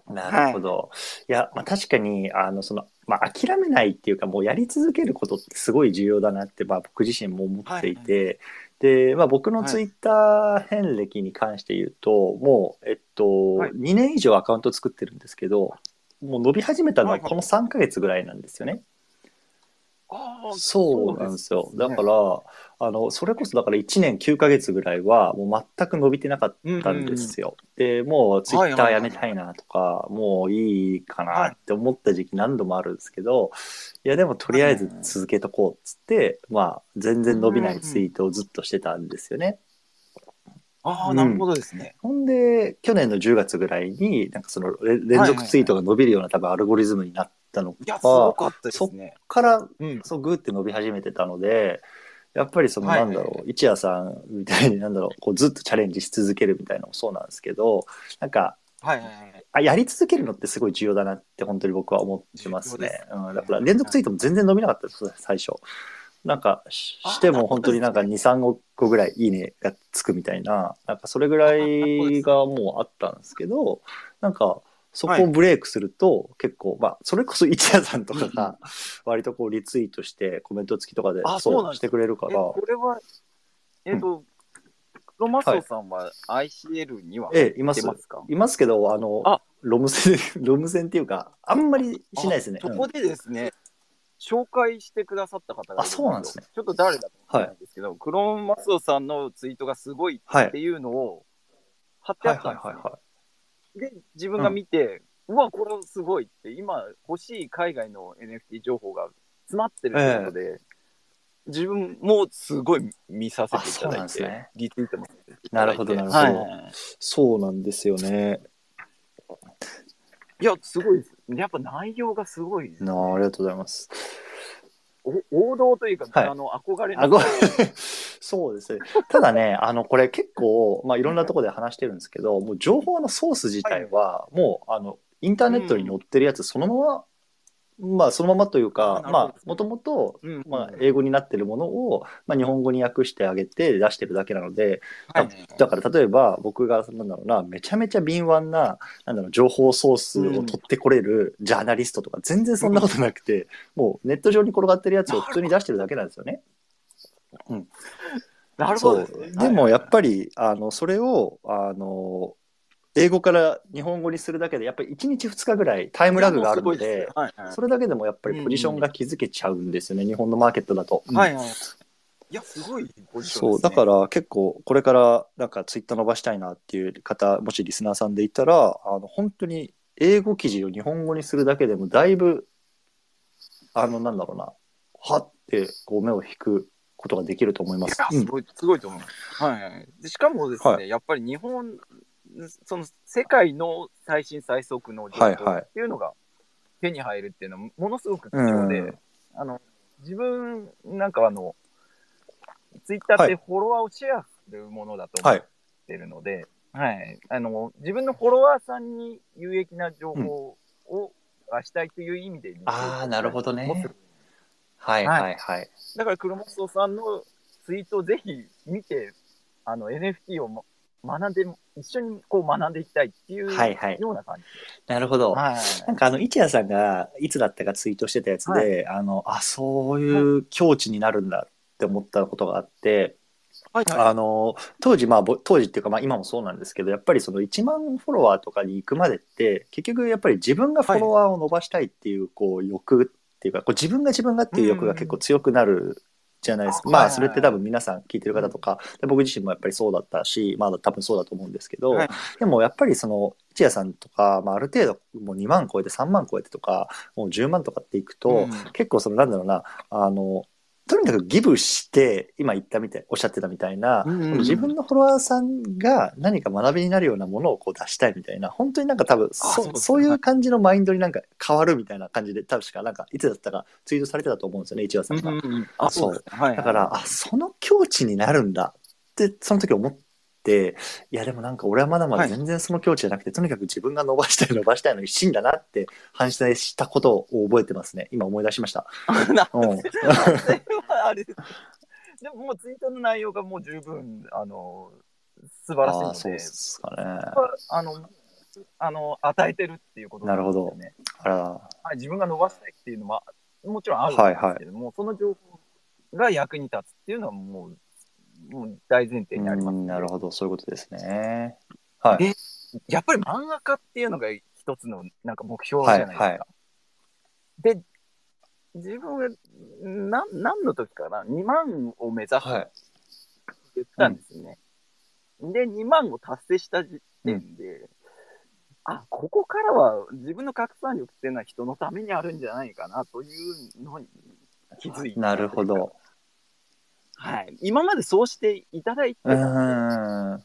[SPEAKER 1] なるほど。い、や、まあ、確かに、あの、その、まあ、諦めないっていうか、もうやり続けることってすごい重要だなって、まあ、僕自身も思っていて、で、まあ、僕の
[SPEAKER 2] はい
[SPEAKER 1] ツイッター遍歴に関して言うと、もう、えっと、
[SPEAKER 2] はい
[SPEAKER 1] 2年以上アカウント作ってるんですけど、もう伸び始めたの
[SPEAKER 2] は
[SPEAKER 1] はい
[SPEAKER 2] はい
[SPEAKER 1] この3ヶ月ぐらいなんですよね。
[SPEAKER 2] あー
[SPEAKER 1] そうなんですよ。だか
[SPEAKER 2] そう
[SPEAKER 1] ら、あの、それこそだから1年9ヶ月ぐらいは、もう全く伸びてなかったんですよ。で、もうツイッターやめたいなとか、もういいかなって思った時期何度もあるんですけど、いや、でもとりあえず続けとこうっつって、まあ、全然伸びないツイートをずっとしてたんですよね。
[SPEAKER 2] ああ、なるほどですね。
[SPEAKER 1] ほんで、去年の10月ぐらいに、なんかそのれ連続ツイートが伸びるような多分アルゴリズムになったの
[SPEAKER 2] いや、すご
[SPEAKER 1] か、
[SPEAKER 2] かったですね。
[SPEAKER 1] から
[SPEAKER 2] うん。
[SPEAKER 1] そうグーって伸び始めてたのでやっぱりその
[SPEAKER 2] はい
[SPEAKER 1] なんだろう、一夜さんみたいになんだろうこうずっとチャレンジし続けるみたいなのもそうなんですけどなんか
[SPEAKER 2] はいはいはい。
[SPEAKER 1] あやり続けるのってすごい重要だなって本当に僕は思ってますね
[SPEAKER 2] 重要です
[SPEAKER 1] うん、だから連続ツイートも全然伸びなかったです最初なんかし
[SPEAKER 2] あ
[SPEAKER 1] しても本当になんか23個ぐらい「いいね」がつくみたいななんかそれぐらいがもうあったんですけどなんかそこをブレイクすると結構、まあそれこそ一夜さんとか
[SPEAKER 2] うんう
[SPEAKER 1] が割とこうリツイートしてコメント付きとかで
[SPEAKER 2] あそうなん
[SPEAKER 1] そう
[SPEAKER 2] です
[SPEAKER 1] してくれるか
[SPEAKER 2] え、
[SPEAKER 1] ら
[SPEAKER 2] これは、えっと、黒マスオさんは ICL には
[SPEAKER 1] ええいま
[SPEAKER 2] 出
[SPEAKER 1] す
[SPEAKER 2] ますか
[SPEAKER 1] いますけどあの
[SPEAKER 2] あ
[SPEAKER 1] ロム線 ロム線っていうかあんまりしないですね
[SPEAKER 2] そ
[SPEAKER 1] うん
[SPEAKER 2] こでですね、紹介してくださった方がいる
[SPEAKER 1] あそうなんですね。
[SPEAKER 2] ちょっと誰だかわかんないんですけど、クローンマスオさんのツイートがすごい
[SPEAKER 1] は
[SPEAKER 2] っ
[SPEAKER 1] い
[SPEAKER 2] ていうのを貼ってあ
[SPEAKER 1] はい
[SPEAKER 2] った
[SPEAKER 1] はい
[SPEAKER 2] んです
[SPEAKER 1] はい
[SPEAKER 2] よ
[SPEAKER 1] はい
[SPEAKER 2] で、自分が見て、うわ、これすごいって、今欲しい海外の NFT 情報が詰まってるということで、自分もすごい見させていただ
[SPEAKER 1] あそうなん
[SPEAKER 2] い
[SPEAKER 1] です
[SPEAKER 2] て、
[SPEAKER 1] ね
[SPEAKER 2] リツイートもさせていた
[SPEAKER 1] な
[SPEAKER 2] だい
[SPEAKER 1] る
[SPEAKER 2] て
[SPEAKER 1] ほどなるほど、
[SPEAKER 2] はい、
[SPEAKER 1] そうなんですよね。
[SPEAKER 2] いや、すごいです。やっぱ内容がすごいです
[SPEAKER 1] なあありがとうございます。
[SPEAKER 2] お王道というか、
[SPEAKER 1] はい
[SPEAKER 2] あの憧れの
[SPEAKER 1] あご そうですね。ただね、 あの、これ結構、まあ、いろんなところで話してるんですけど、もう情報のソース自体は、もう、あの、インターネットに載ってるやつそのまま、まあ、そのままというか、
[SPEAKER 2] あなるほど
[SPEAKER 1] まあ、もともと、
[SPEAKER 2] うん
[SPEAKER 1] まあ、英語になってるものを、まあ、日本語に訳してあげて出してるだけなので、
[SPEAKER 2] はい
[SPEAKER 1] だから例えば僕がなんだろうなめちゃめちゃ敏腕ななんだろう情報ソースを取ってこれるジャーナリストとか全然そんなことなくて、もうネット上に転がってるやつを普通に出してるだけなんですよね。
[SPEAKER 2] なるほど
[SPEAKER 1] そう
[SPEAKER 2] すね
[SPEAKER 1] でもやっぱりあのそれをあの英語から日本語にするだけでやっぱり1日2日ぐらいタイムラグがあるので
[SPEAKER 2] はいはい
[SPEAKER 1] それだけでもやっぱりポジションが築けちゃうんですよね、日本のマーケットだと。
[SPEAKER 2] はいはい。いや、すごいポジション
[SPEAKER 1] そ
[SPEAKER 2] で
[SPEAKER 1] う
[SPEAKER 2] す、ね。
[SPEAKER 1] だから結構これからなんかツイッター伸ばしたいなっていう方もしリスナーさんでいたらあの本当に英語記事を日本語にするだけでもだいぶあのなんだろうなはってこう目を引くことができると思いま
[SPEAKER 2] い
[SPEAKER 1] す。
[SPEAKER 2] や、すごい、すごいと思います。はいはい。で、しかもですね、
[SPEAKER 1] は
[SPEAKER 2] やっぱり日本、その世界の最新最速の情報
[SPEAKER 1] はいはい
[SPEAKER 2] っていうのが手に入るっていうのはものすごく貴重で、
[SPEAKER 1] うん
[SPEAKER 2] あの、自分なんかあの、ツイッターっ
[SPEAKER 1] は
[SPEAKER 2] て
[SPEAKER 1] い
[SPEAKER 2] フォロワーをシェアするものだと
[SPEAKER 1] は
[SPEAKER 2] 思
[SPEAKER 1] い
[SPEAKER 2] ってるので、はい、あの、自分のフォロワーさんに有益な情報を出したいという意味で、
[SPEAKER 1] あーなるほどね
[SPEAKER 2] もっと
[SPEAKER 1] はいはいはい。
[SPEAKER 2] だから、クロモスオさんのツイートをぜひ見て、あの、NFT をも学んで、一緒にこう学んでいきたいっていう
[SPEAKER 1] はいはい
[SPEAKER 2] ような感じ。
[SPEAKER 1] なるほど。
[SPEAKER 2] はい。
[SPEAKER 1] なんかあの一夜さんがいつだったかツイートしてたやつで、あのあそういう境地になるんだって思ったことがあって、
[SPEAKER 2] はい
[SPEAKER 1] あの当時まあぼ当時っていうかまあ今もそうなんですけどやっぱりその1万フォロワーとかに行くまでって結局やっぱり自分がフォロワーを伸ばしたいっていうこう欲っていうかこう自分が自分がっていう欲が結構強くなるじゃないですか。
[SPEAKER 2] あ
[SPEAKER 1] ま
[SPEAKER 2] は
[SPEAKER 1] あ、
[SPEAKER 2] い
[SPEAKER 1] それって多分皆さん聞いてる方とか、で僕自身もやっぱりそうだったし、まあ多分そうだと思うんですけど、
[SPEAKER 2] はい
[SPEAKER 1] でもやっぱりその、一夜さんとか、まあある程度もう2万超えて3万超えてとか、もう10万とかっていくと、
[SPEAKER 2] うん
[SPEAKER 1] 結構その、なんだろうな、あの、とにかくギブして、今言ったみたい、おっしゃってたみたいな、
[SPEAKER 2] うんうんうん
[SPEAKER 1] 自分のフォロワーさんが何か学びになるようなものをこう出したいみたいな、本当になんか多分
[SPEAKER 2] あ
[SPEAKER 1] そ
[SPEAKER 2] そう
[SPEAKER 1] う、
[SPEAKER 2] ですね
[SPEAKER 1] そういう感じのマインドになんか変わるみたいな感じで、確かなんかいつだったかツイートされてたと思うんですよね、一話さんが。
[SPEAKER 2] うんうんうんあ、そうですね。はい。
[SPEAKER 1] だ から、あ、その境地になるんだって、その時思って、いや、でもなんか俺はまだまだ
[SPEAKER 2] はい
[SPEAKER 1] 全然その境地じゃなくて、とにかく自分が伸ばしたい伸ばしたいの一心だなって反省したことを覚えてますね。今思い出しました。
[SPEAKER 2] な
[SPEAKER 1] うん。
[SPEAKER 2] それはあれです。でももうツイートの内容がもう十分、あの、素晴らしい
[SPEAKER 1] あー
[SPEAKER 2] の
[SPEAKER 1] そう
[SPEAKER 2] で
[SPEAKER 1] で、すかね。あ
[SPEAKER 2] あの、あの、与えてるっていうことんですよね。
[SPEAKER 1] ら、
[SPEAKER 2] はい、自分が伸ばしたいっていうのは、もちろんあるんですけども、その情報が役に立つっていうのはもう、もう大前提にあります
[SPEAKER 1] う
[SPEAKER 2] ね、
[SPEAKER 1] んなるほど、そういうことですね。はい。
[SPEAKER 2] やっぱり漫画家っていうのが一つのなんか目標じゃないですか。
[SPEAKER 1] はいは
[SPEAKER 2] で、自分はな何の時かな、2万を目指すって
[SPEAKER 1] はい。
[SPEAKER 2] 言ったんですね。で、2万を達成した時点で、あ、ここからは自分の拡散力っていうのは人のためにあるんじゃないかなというのに気づいた。
[SPEAKER 1] なるほど。。
[SPEAKER 2] はい。今までそうしていただいてた
[SPEAKER 1] うー
[SPEAKER 2] んで
[SPEAKER 1] ん。は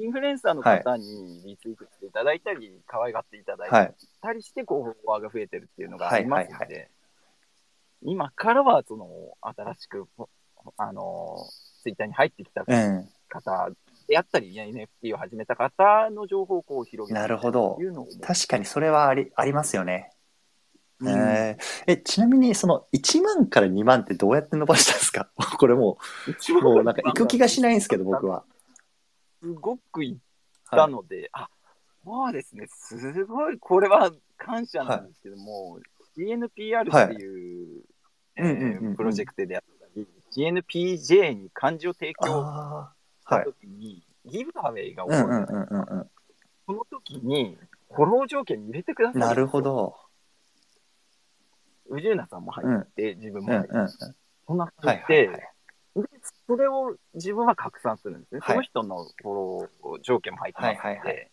[SPEAKER 2] インフルエンサーの方にリツイートしていただいたり、可愛がっていただい
[SPEAKER 1] い。
[SPEAKER 2] たり
[SPEAKER 1] はい
[SPEAKER 2] たりして、こう、フォロワーが増えてるっていうのがありますので、
[SPEAKER 1] はいは
[SPEAKER 2] 今からは、その、新しく、あの、ツイッターに入ってきた
[SPEAKER 1] うん。
[SPEAKER 2] 方であったり、NFT を始めた方の情報をこう広げて
[SPEAKER 1] ないる
[SPEAKER 2] く
[SPEAKER 1] ほど
[SPEAKER 2] とい。うのを思う、
[SPEAKER 1] 確かにそれはあり、ありますよね。
[SPEAKER 2] うん
[SPEAKER 1] えーえ、ちなみに、その1万から2万ってどうやって伸ばしたんですか これも
[SPEAKER 2] 一
[SPEAKER 1] う、
[SPEAKER 2] 番
[SPEAKER 1] もうなんか行く気がしないんですけど、僕は。
[SPEAKER 2] すごくいっ
[SPEAKER 1] は
[SPEAKER 2] た
[SPEAKER 1] い。
[SPEAKER 2] ので、あ、そうですね、すごい、これは感謝なんですけども、
[SPEAKER 1] は
[SPEAKER 2] GNPR
[SPEAKER 1] い
[SPEAKER 2] っていう、え
[SPEAKER 1] うんうんうんうん
[SPEAKER 2] ープロジェクトであったり、GNPJ に漢字を提供
[SPEAKER 1] あ
[SPEAKER 2] し
[SPEAKER 1] あ。は
[SPEAKER 2] た
[SPEAKER 1] い。
[SPEAKER 2] 時に、ギブアウェイが起こ
[SPEAKER 1] うん
[SPEAKER 2] る、
[SPEAKER 1] うんうんうん
[SPEAKER 2] その時に、フォロー条件に入れてくだ
[SPEAKER 1] う
[SPEAKER 2] さ
[SPEAKER 1] ん。
[SPEAKER 2] い。
[SPEAKER 1] なるほ。ど。
[SPEAKER 2] 宇治なさんも入って、自分
[SPEAKER 1] う
[SPEAKER 2] も
[SPEAKER 1] んう
[SPEAKER 2] 入
[SPEAKER 1] ん
[SPEAKER 2] って、
[SPEAKER 1] うん。
[SPEAKER 2] そんな
[SPEAKER 1] は
[SPEAKER 2] 感
[SPEAKER 1] い
[SPEAKER 2] じ
[SPEAKER 1] はい
[SPEAKER 2] で、
[SPEAKER 1] はい。
[SPEAKER 2] でそれを自分は拡散するんですね。
[SPEAKER 1] はい
[SPEAKER 2] その人のフォロー条件も入ってますので、
[SPEAKER 1] はいはいは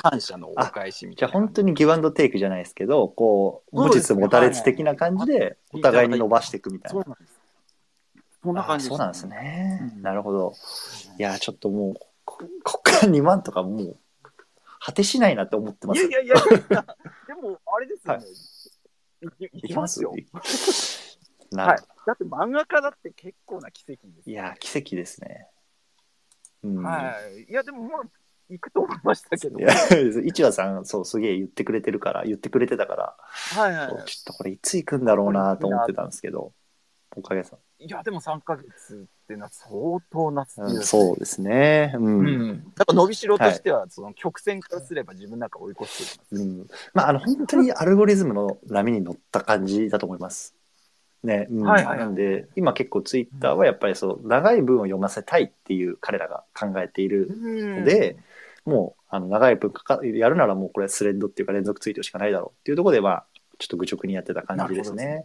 [SPEAKER 2] 感謝のお返しみ
[SPEAKER 1] じ
[SPEAKER 2] たい
[SPEAKER 1] ゃあ
[SPEAKER 2] な。
[SPEAKER 1] 本当にギブアンドテイクじゃないですけど、こう、持ちつ持たれつ的な感じで、お互いに伸ばしていくみたい
[SPEAKER 2] そ
[SPEAKER 1] な
[SPEAKER 2] う。なんです。そんな感じ
[SPEAKER 1] あそうなんです。ね。
[SPEAKER 2] うん
[SPEAKER 1] なるほど。いや、ちょっともう、ここっから2万とかもう、果てしないなって思ってま
[SPEAKER 2] い
[SPEAKER 1] す
[SPEAKER 2] やい。やいやいやいや、でもあれですよね。いいきますよ。
[SPEAKER 1] な
[SPEAKER 2] はい。だって漫画家だって結構な奇跡です
[SPEAKER 1] い
[SPEAKER 2] よ。
[SPEAKER 1] や、奇跡ですね。うん。
[SPEAKER 2] はい。いや、でももう行くと思いましたけど。
[SPEAKER 1] い
[SPEAKER 2] はい
[SPEAKER 1] や、一話さん、そう、すげえ言ってくれてるから、言ってくれてたから、
[SPEAKER 2] は
[SPEAKER 1] そうちょっとこれいつ行くんだろうなと思ってたんですけど、おかげさ
[SPEAKER 2] い。いや、でも3ヶ月っていうのは相当なスピー
[SPEAKER 1] ま
[SPEAKER 2] ド
[SPEAKER 1] で、
[SPEAKER 2] ですね
[SPEAKER 1] そうですね。うん。
[SPEAKER 2] うん、やっぱ伸びしろとしては、その曲線からすれば自分なんか追い越しています。
[SPEAKER 1] うん、まああの本当にアルゴリズムの波に乗った感じだと思います。ね、うん
[SPEAKER 2] はいはいはい
[SPEAKER 1] なんで今結構ツイッターはやっぱりそう長い文を読ませたいっていう彼らが考えている
[SPEAKER 2] う
[SPEAKER 1] ので、、もうあの長い文かかやるならもうこれスレッドっていうか連続ツイートしかないだろうっていうところではちょっと愚直にやってた感じです
[SPEAKER 2] な
[SPEAKER 1] ね。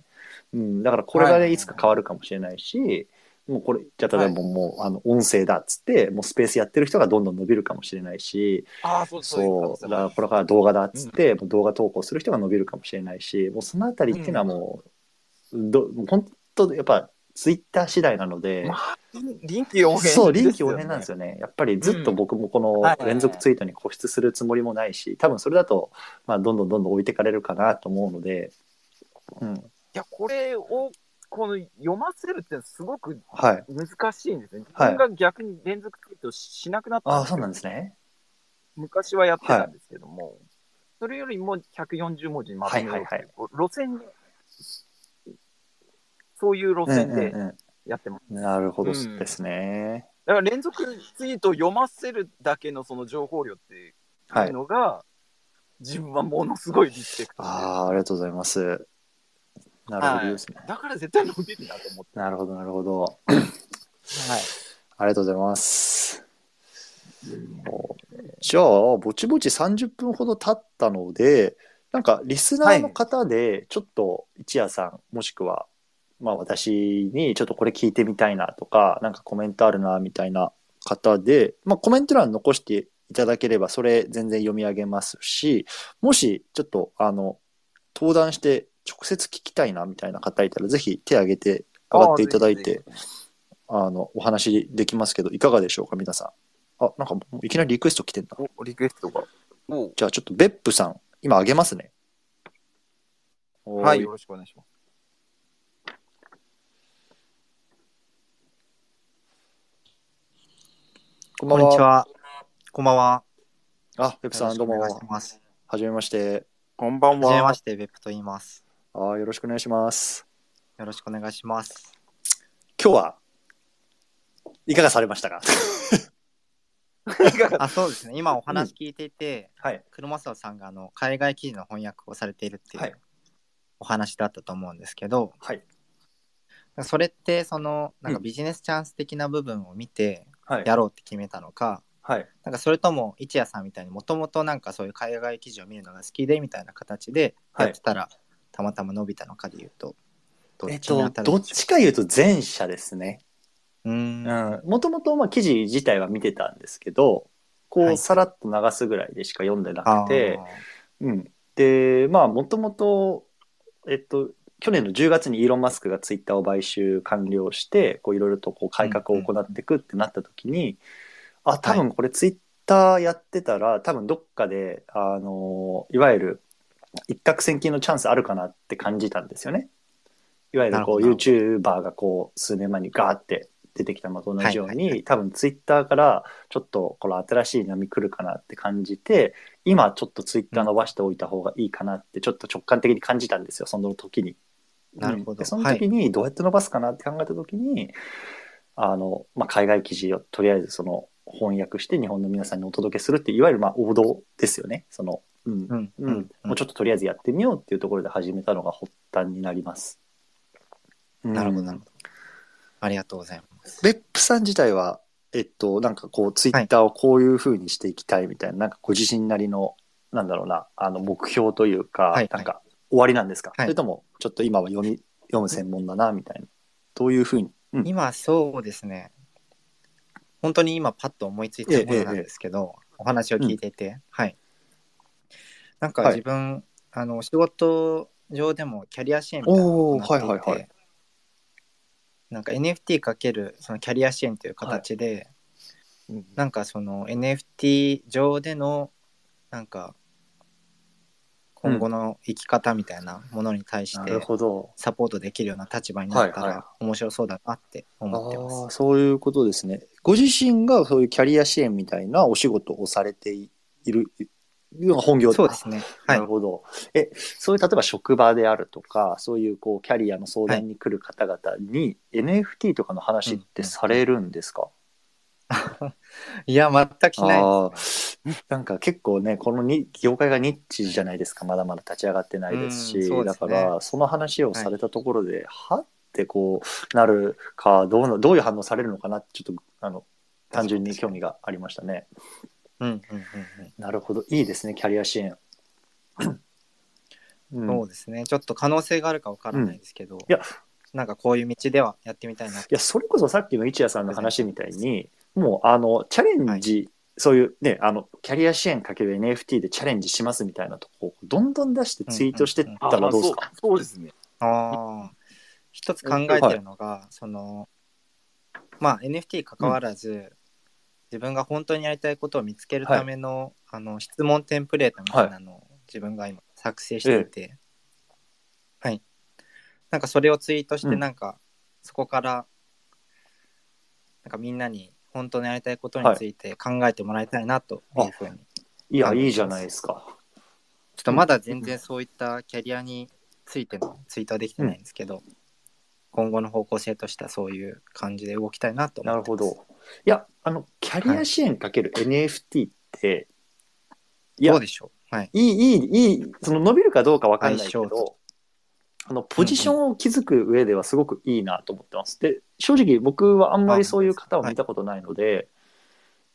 [SPEAKER 1] うん、だからこれが
[SPEAKER 2] はいは
[SPEAKER 1] ね
[SPEAKER 2] いはい
[SPEAKER 1] いつか変わるかもしれないし、もうこれじゃあ例えばもう、あの音声だっつってもうスペースやってる人がどんどん伸びるかもしれないし、
[SPEAKER 2] ああ、そうです
[SPEAKER 1] そうだからこれ
[SPEAKER 2] れ
[SPEAKER 1] から動画だっつって、もう動画投稿する人が伸びるかもしれないしもうそのあたりっていうのはもう、どもう本当やっぱツイッター次第なので、
[SPEAKER 2] まあ、臨機応変、
[SPEAKER 1] そう臨機応変なんですよねやっぱりずっと僕もこ
[SPEAKER 2] はい
[SPEAKER 1] の連続ツイートに固執するつもりもないし多分それだと、まあ、どんどんどんどん置いてかれるかなと思うので、うん、
[SPEAKER 2] いや、これを、この読ませるってのはすごく
[SPEAKER 1] はい
[SPEAKER 2] 難しいんですね。
[SPEAKER 1] はい
[SPEAKER 2] 自分が逆に連続ツイートしなくなった
[SPEAKER 1] あ
[SPEAKER 2] ん
[SPEAKER 1] あ
[SPEAKER 2] です
[SPEAKER 1] そ
[SPEAKER 2] よ
[SPEAKER 1] うなんですね
[SPEAKER 2] 昔はやってたんですけども、それよりも140文字にまとめよ
[SPEAKER 1] はいはい
[SPEAKER 2] うっていう、
[SPEAKER 1] はい
[SPEAKER 2] こう路線で、そういう路線で
[SPEAKER 1] うんうん
[SPEAKER 2] やってます。
[SPEAKER 1] うんなるほど
[SPEAKER 2] うん
[SPEAKER 1] ですね、
[SPEAKER 2] だから連続ツイートを読ませるだけのその情報量っていう
[SPEAKER 1] はい
[SPEAKER 2] のが、自分はものすごいリスペクトで
[SPEAKER 1] ああありがとうございますなるほどですね、
[SPEAKER 2] だから絶対伸びるなと思って、
[SPEAKER 1] なるほどなるほど
[SPEAKER 2] はい、
[SPEAKER 1] ありがとうございます。じゃあ、ぼちぼち30分ほど経ったので、なんかリスナーの方で、ちょっと一夜さん、もしくは、まあ、私にちょっとこれ聞いてみたいなとか、なんかコメントあるなみたいな方で、まあ、コメント欄残していただければ、それ全然読み上げますし、もしちょっとあの登壇して直接聞きたいなみたいな方いたら、ぜひ手挙げて上がっていただいて、あのお話できますけど、いかがでしょうか、皆さん。あ、なんかもういきなりリクエスト来てんだ。
[SPEAKER 2] おリクエストが。お
[SPEAKER 1] じゃあちょっと別府さん、今あげますね。
[SPEAKER 2] はい、
[SPEAKER 1] お
[SPEAKER 2] よろしくお願いします。
[SPEAKER 1] こんば
[SPEAKER 3] こ
[SPEAKER 1] ん
[SPEAKER 3] んにち
[SPEAKER 1] は。
[SPEAKER 3] は。こんばんは。
[SPEAKER 1] あ、別府さん、どうも。
[SPEAKER 3] よろしくお願いし
[SPEAKER 1] は
[SPEAKER 3] ます。
[SPEAKER 1] じめまして。
[SPEAKER 2] こんばん
[SPEAKER 3] はじめま
[SPEAKER 2] は。
[SPEAKER 3] して、ベップと言います。
[SPEAKER 1] あよろしくお願いします。
[SPEAKER 3] よろしくお願いします。
[SPEAKER 1] 今日はいかがされましたか
[SPEAKER 3] あ、そうですね。今お話聞いていて、
[SPEAKER 1] はい。
[SPEAKER 3] 車沢さんがあの海外記事の翻訳をされているってい
[SPEAKER 1] はいう
[SPEAKER 3] お話だったと思うんですけど、
[SPEAKER 1] はい。
[SPEAKER 3] それってそのなん
[SPEAKER 1] う
[SPEAKER 3] か
[SPEAKER 1] ん
[SPEAKER 3] ビジネスチャンス的な部分を見て
[SPEAKER 1] はい。
[SPEAKER 3] やろうって決めたのか、
[SPEAKER 1] はい。
[SPEAKER 3] なんかそれとも一夜さんみたいにもともとなんかそういう海外記事を見るのが好きでみたいな形でやってたら、たまたま伸びたのかで言うと、 ど
[SPEAKER 1] えっ
[SPEAKER 3] に
[SPEAKER 1] と、
[SPEAKER 3] 当たるん
[SPEAKER 1] どっ
[SPEAKER 3] でしょ
[SPEAKER 1] ちか言うと前者ですね。
[SPEAKER 3] ううーん
[SPEAKER 1] もともとまあ記事自体は見てたんですけど、こ
[SPEAKER 3] は
[SPEAKER 1] う
[SPEAKER 3] い
[SPEAKER 1] さらっと流すぐらいでしか読んでな
[SPEAKER 3] あ
[SPEAKER 1] く
[SPEAKER 3] ー
[SPEAKER 1] て、うん、で、まあもともと、えっと、去年の10月にイーロン・マスクがツイッターを買収完了して、こういろいろとこう改革を行っていくってなった時に、あ、多分これツイッターやってたら、多分どっかで、あの、いわゆる一攫千金のチャンスあるかなって感じたんですよね。いわゆるこう
[SPEAKER 3] なるほ
[SPEAKER 1] YouTuber がこう数年前にガーって出てきたのと同じように、
[SPEAKER 3] はいはいは
[SPEAKER 1] 多分ツイッターからちょっとこの新しい波来るかなって感じて、今ちょっとツイッター伸ばしておいた方がいいかなってちょっと直感的に感じたんですよ、その時に。
[SPEAKER 3] なるほど
[SPEAKER 1] でその時にどうやって伸ばすかなって考えた時に、あの、まあ、海外記事をとりあえずその翻訳して日本の皆さんにお届けするっていわゆるまあ王道ですよね。その、うん。
[SPEAKER 3] う
[SPEAKER 1] う
[SPEAKER 3] んうんん、
[SPEAKER 1] もうちょっととりあえずやってみようっていうところで始めたのが発端になります。
[SPEAKER 3] なるほど、な
[SPEAKER 1] うん
[SPEAKER 3] るほど。ありがとうございます。
[SPEAKER 1] ベップさん自体は、えっと、なんかこう、ツイッターをこういう風にしていきたいみたいな、なんかご自身なりの、なんだろうな、あの、目標というか、
[SPEAKER 3] はい
[SPEAKER 1] なんか、終わりなんですか、
[SPEAKER 3] はい
[SPEAKER 1] それとも、ちょっと今は読み、読む専門だな、みたいな。どういう風に。うん
[SPEAKER 3] 今、そうですね。本当に今、パッと思いついたものなんですけど、お話を聞いていて、はい。なんか
[SPEAKER 1] はい
[SPEAKER 3] 自分、あの、仕事上でもキャリア支援みたいなの
[SPEAKER 1] お
[SPEAKER 3] を
[SPEAKER 1] ー
[SPEAKER 3] 行っていて、
[SPEAKER 1] はいはいはい
[SPEAKER 3] なんか NFT かけるそのキャリア支援という形で、
[SPEAKER 2] うん
[SPEAKER 3] なんかその NFT 上でのなんか今後の生き方みたいなものに対し
[SPEAKER 1] な
[SPEAKER 3] て、
[SPEAKER 1] るほど。
[SPEAKER 3] サポートできるような立場になった
[SPEAKER 1] はいは
[SPEAKER 3] ら面白そうだなって思ってます。
[SPEAKER 1] ああ、そういうことですね。ご自身がそういうキャリア支援みたいなお仕事をされている、いうのが本業
[SPEAKER 3] そうですね。
[SPEAKER 1] な
[SPEAKER 3] は
[SPEAKER 1] いる。ほど。え、そういう例えば職場であるとか、そういうこうキャリアの相談に来る方々に、NFT とかの話ってされるんですか、
[SPEAKER 3] いや、全くしないです、
[SPEAKER 1] なんか結構ね、このに業界がニッチじゃないですか、まだまだ立ち上がってないですし、
[SPEAKER 3] うんそうで
[SPEAKER 1] だ
[SPEAKER 3] す
[SPEAKER 1] か
[SPEAKER 3] ね
[SPEAKER 1] らその話をされたところで、はってこうなるかどうの、どういう反応されるのかなって、ちょっとあの単純に興味がありましたね。
[SPEAKER 3] ね。うんうん
[SPEAKER 1] なるほど、いいですね、キャリア支援。う
[SPEAKER 3] うんんうん。そうですね。ちょっと可能性があるかわからないですけど、
[SPEAKER 1] や
[SPEAKER 3] なんかこういう道ではやってみたいな。
[SPEAKER 1] いや、それこそさっきの一夜さんの話みたいに、もう、あの、チャレンジ、そういうね、あの、キャリア支援かける NFT でチャレンジしますみたいなとこ、どんどん出してツイートしてったらどうですか、
[SPEAKER 2] あそうそうですね。
[SPEAKER 3] ああ。一つ考えてるのが、その、まあ NFT 関わらず、自分が本当にやりたいことを見つけるための、あの質問テンプレートみたいなのを自分が今作成していて、はい。なんかそれをツイートし
[SPEAKER 1] う
[SPEAKER 3] て、
[SPEAKER 1] ん
[SPEAKER 3] なんかそこから、なんかみんなに本当にやりたいことについて考えてもらいたいなというふうに、ちょ
[SPEAKER 1] いや、いいじゃないですか。
[SPEAKER 3] っとまだ全然そういったキャリアについてのツイートはできてないんですけど、今後の方向性としてはそういう感じで動きたいなと思
[SPEAKER 1] な
[SPEAKER 3] って
[SPEAKER 1] る
[SPEAKER 3] ます。
[SPEAKER 1] ほど。いや、あの、キャリア支援かける NFT って、い、や
[SPEAKER 3] どう、でしょうはい。
[SPEAKER 1] いい、いい、いい、その伸びるかどうかわかんないけ
[SPEAKER 3] 相
[SPEAKER 1] ど
[SPEAKER 3] 性と、
[SPEAKER 1] あの、ポジションを築く上ではすごくいいなと思ってます。で、正直僕はあんまりそういう方を見たことないので、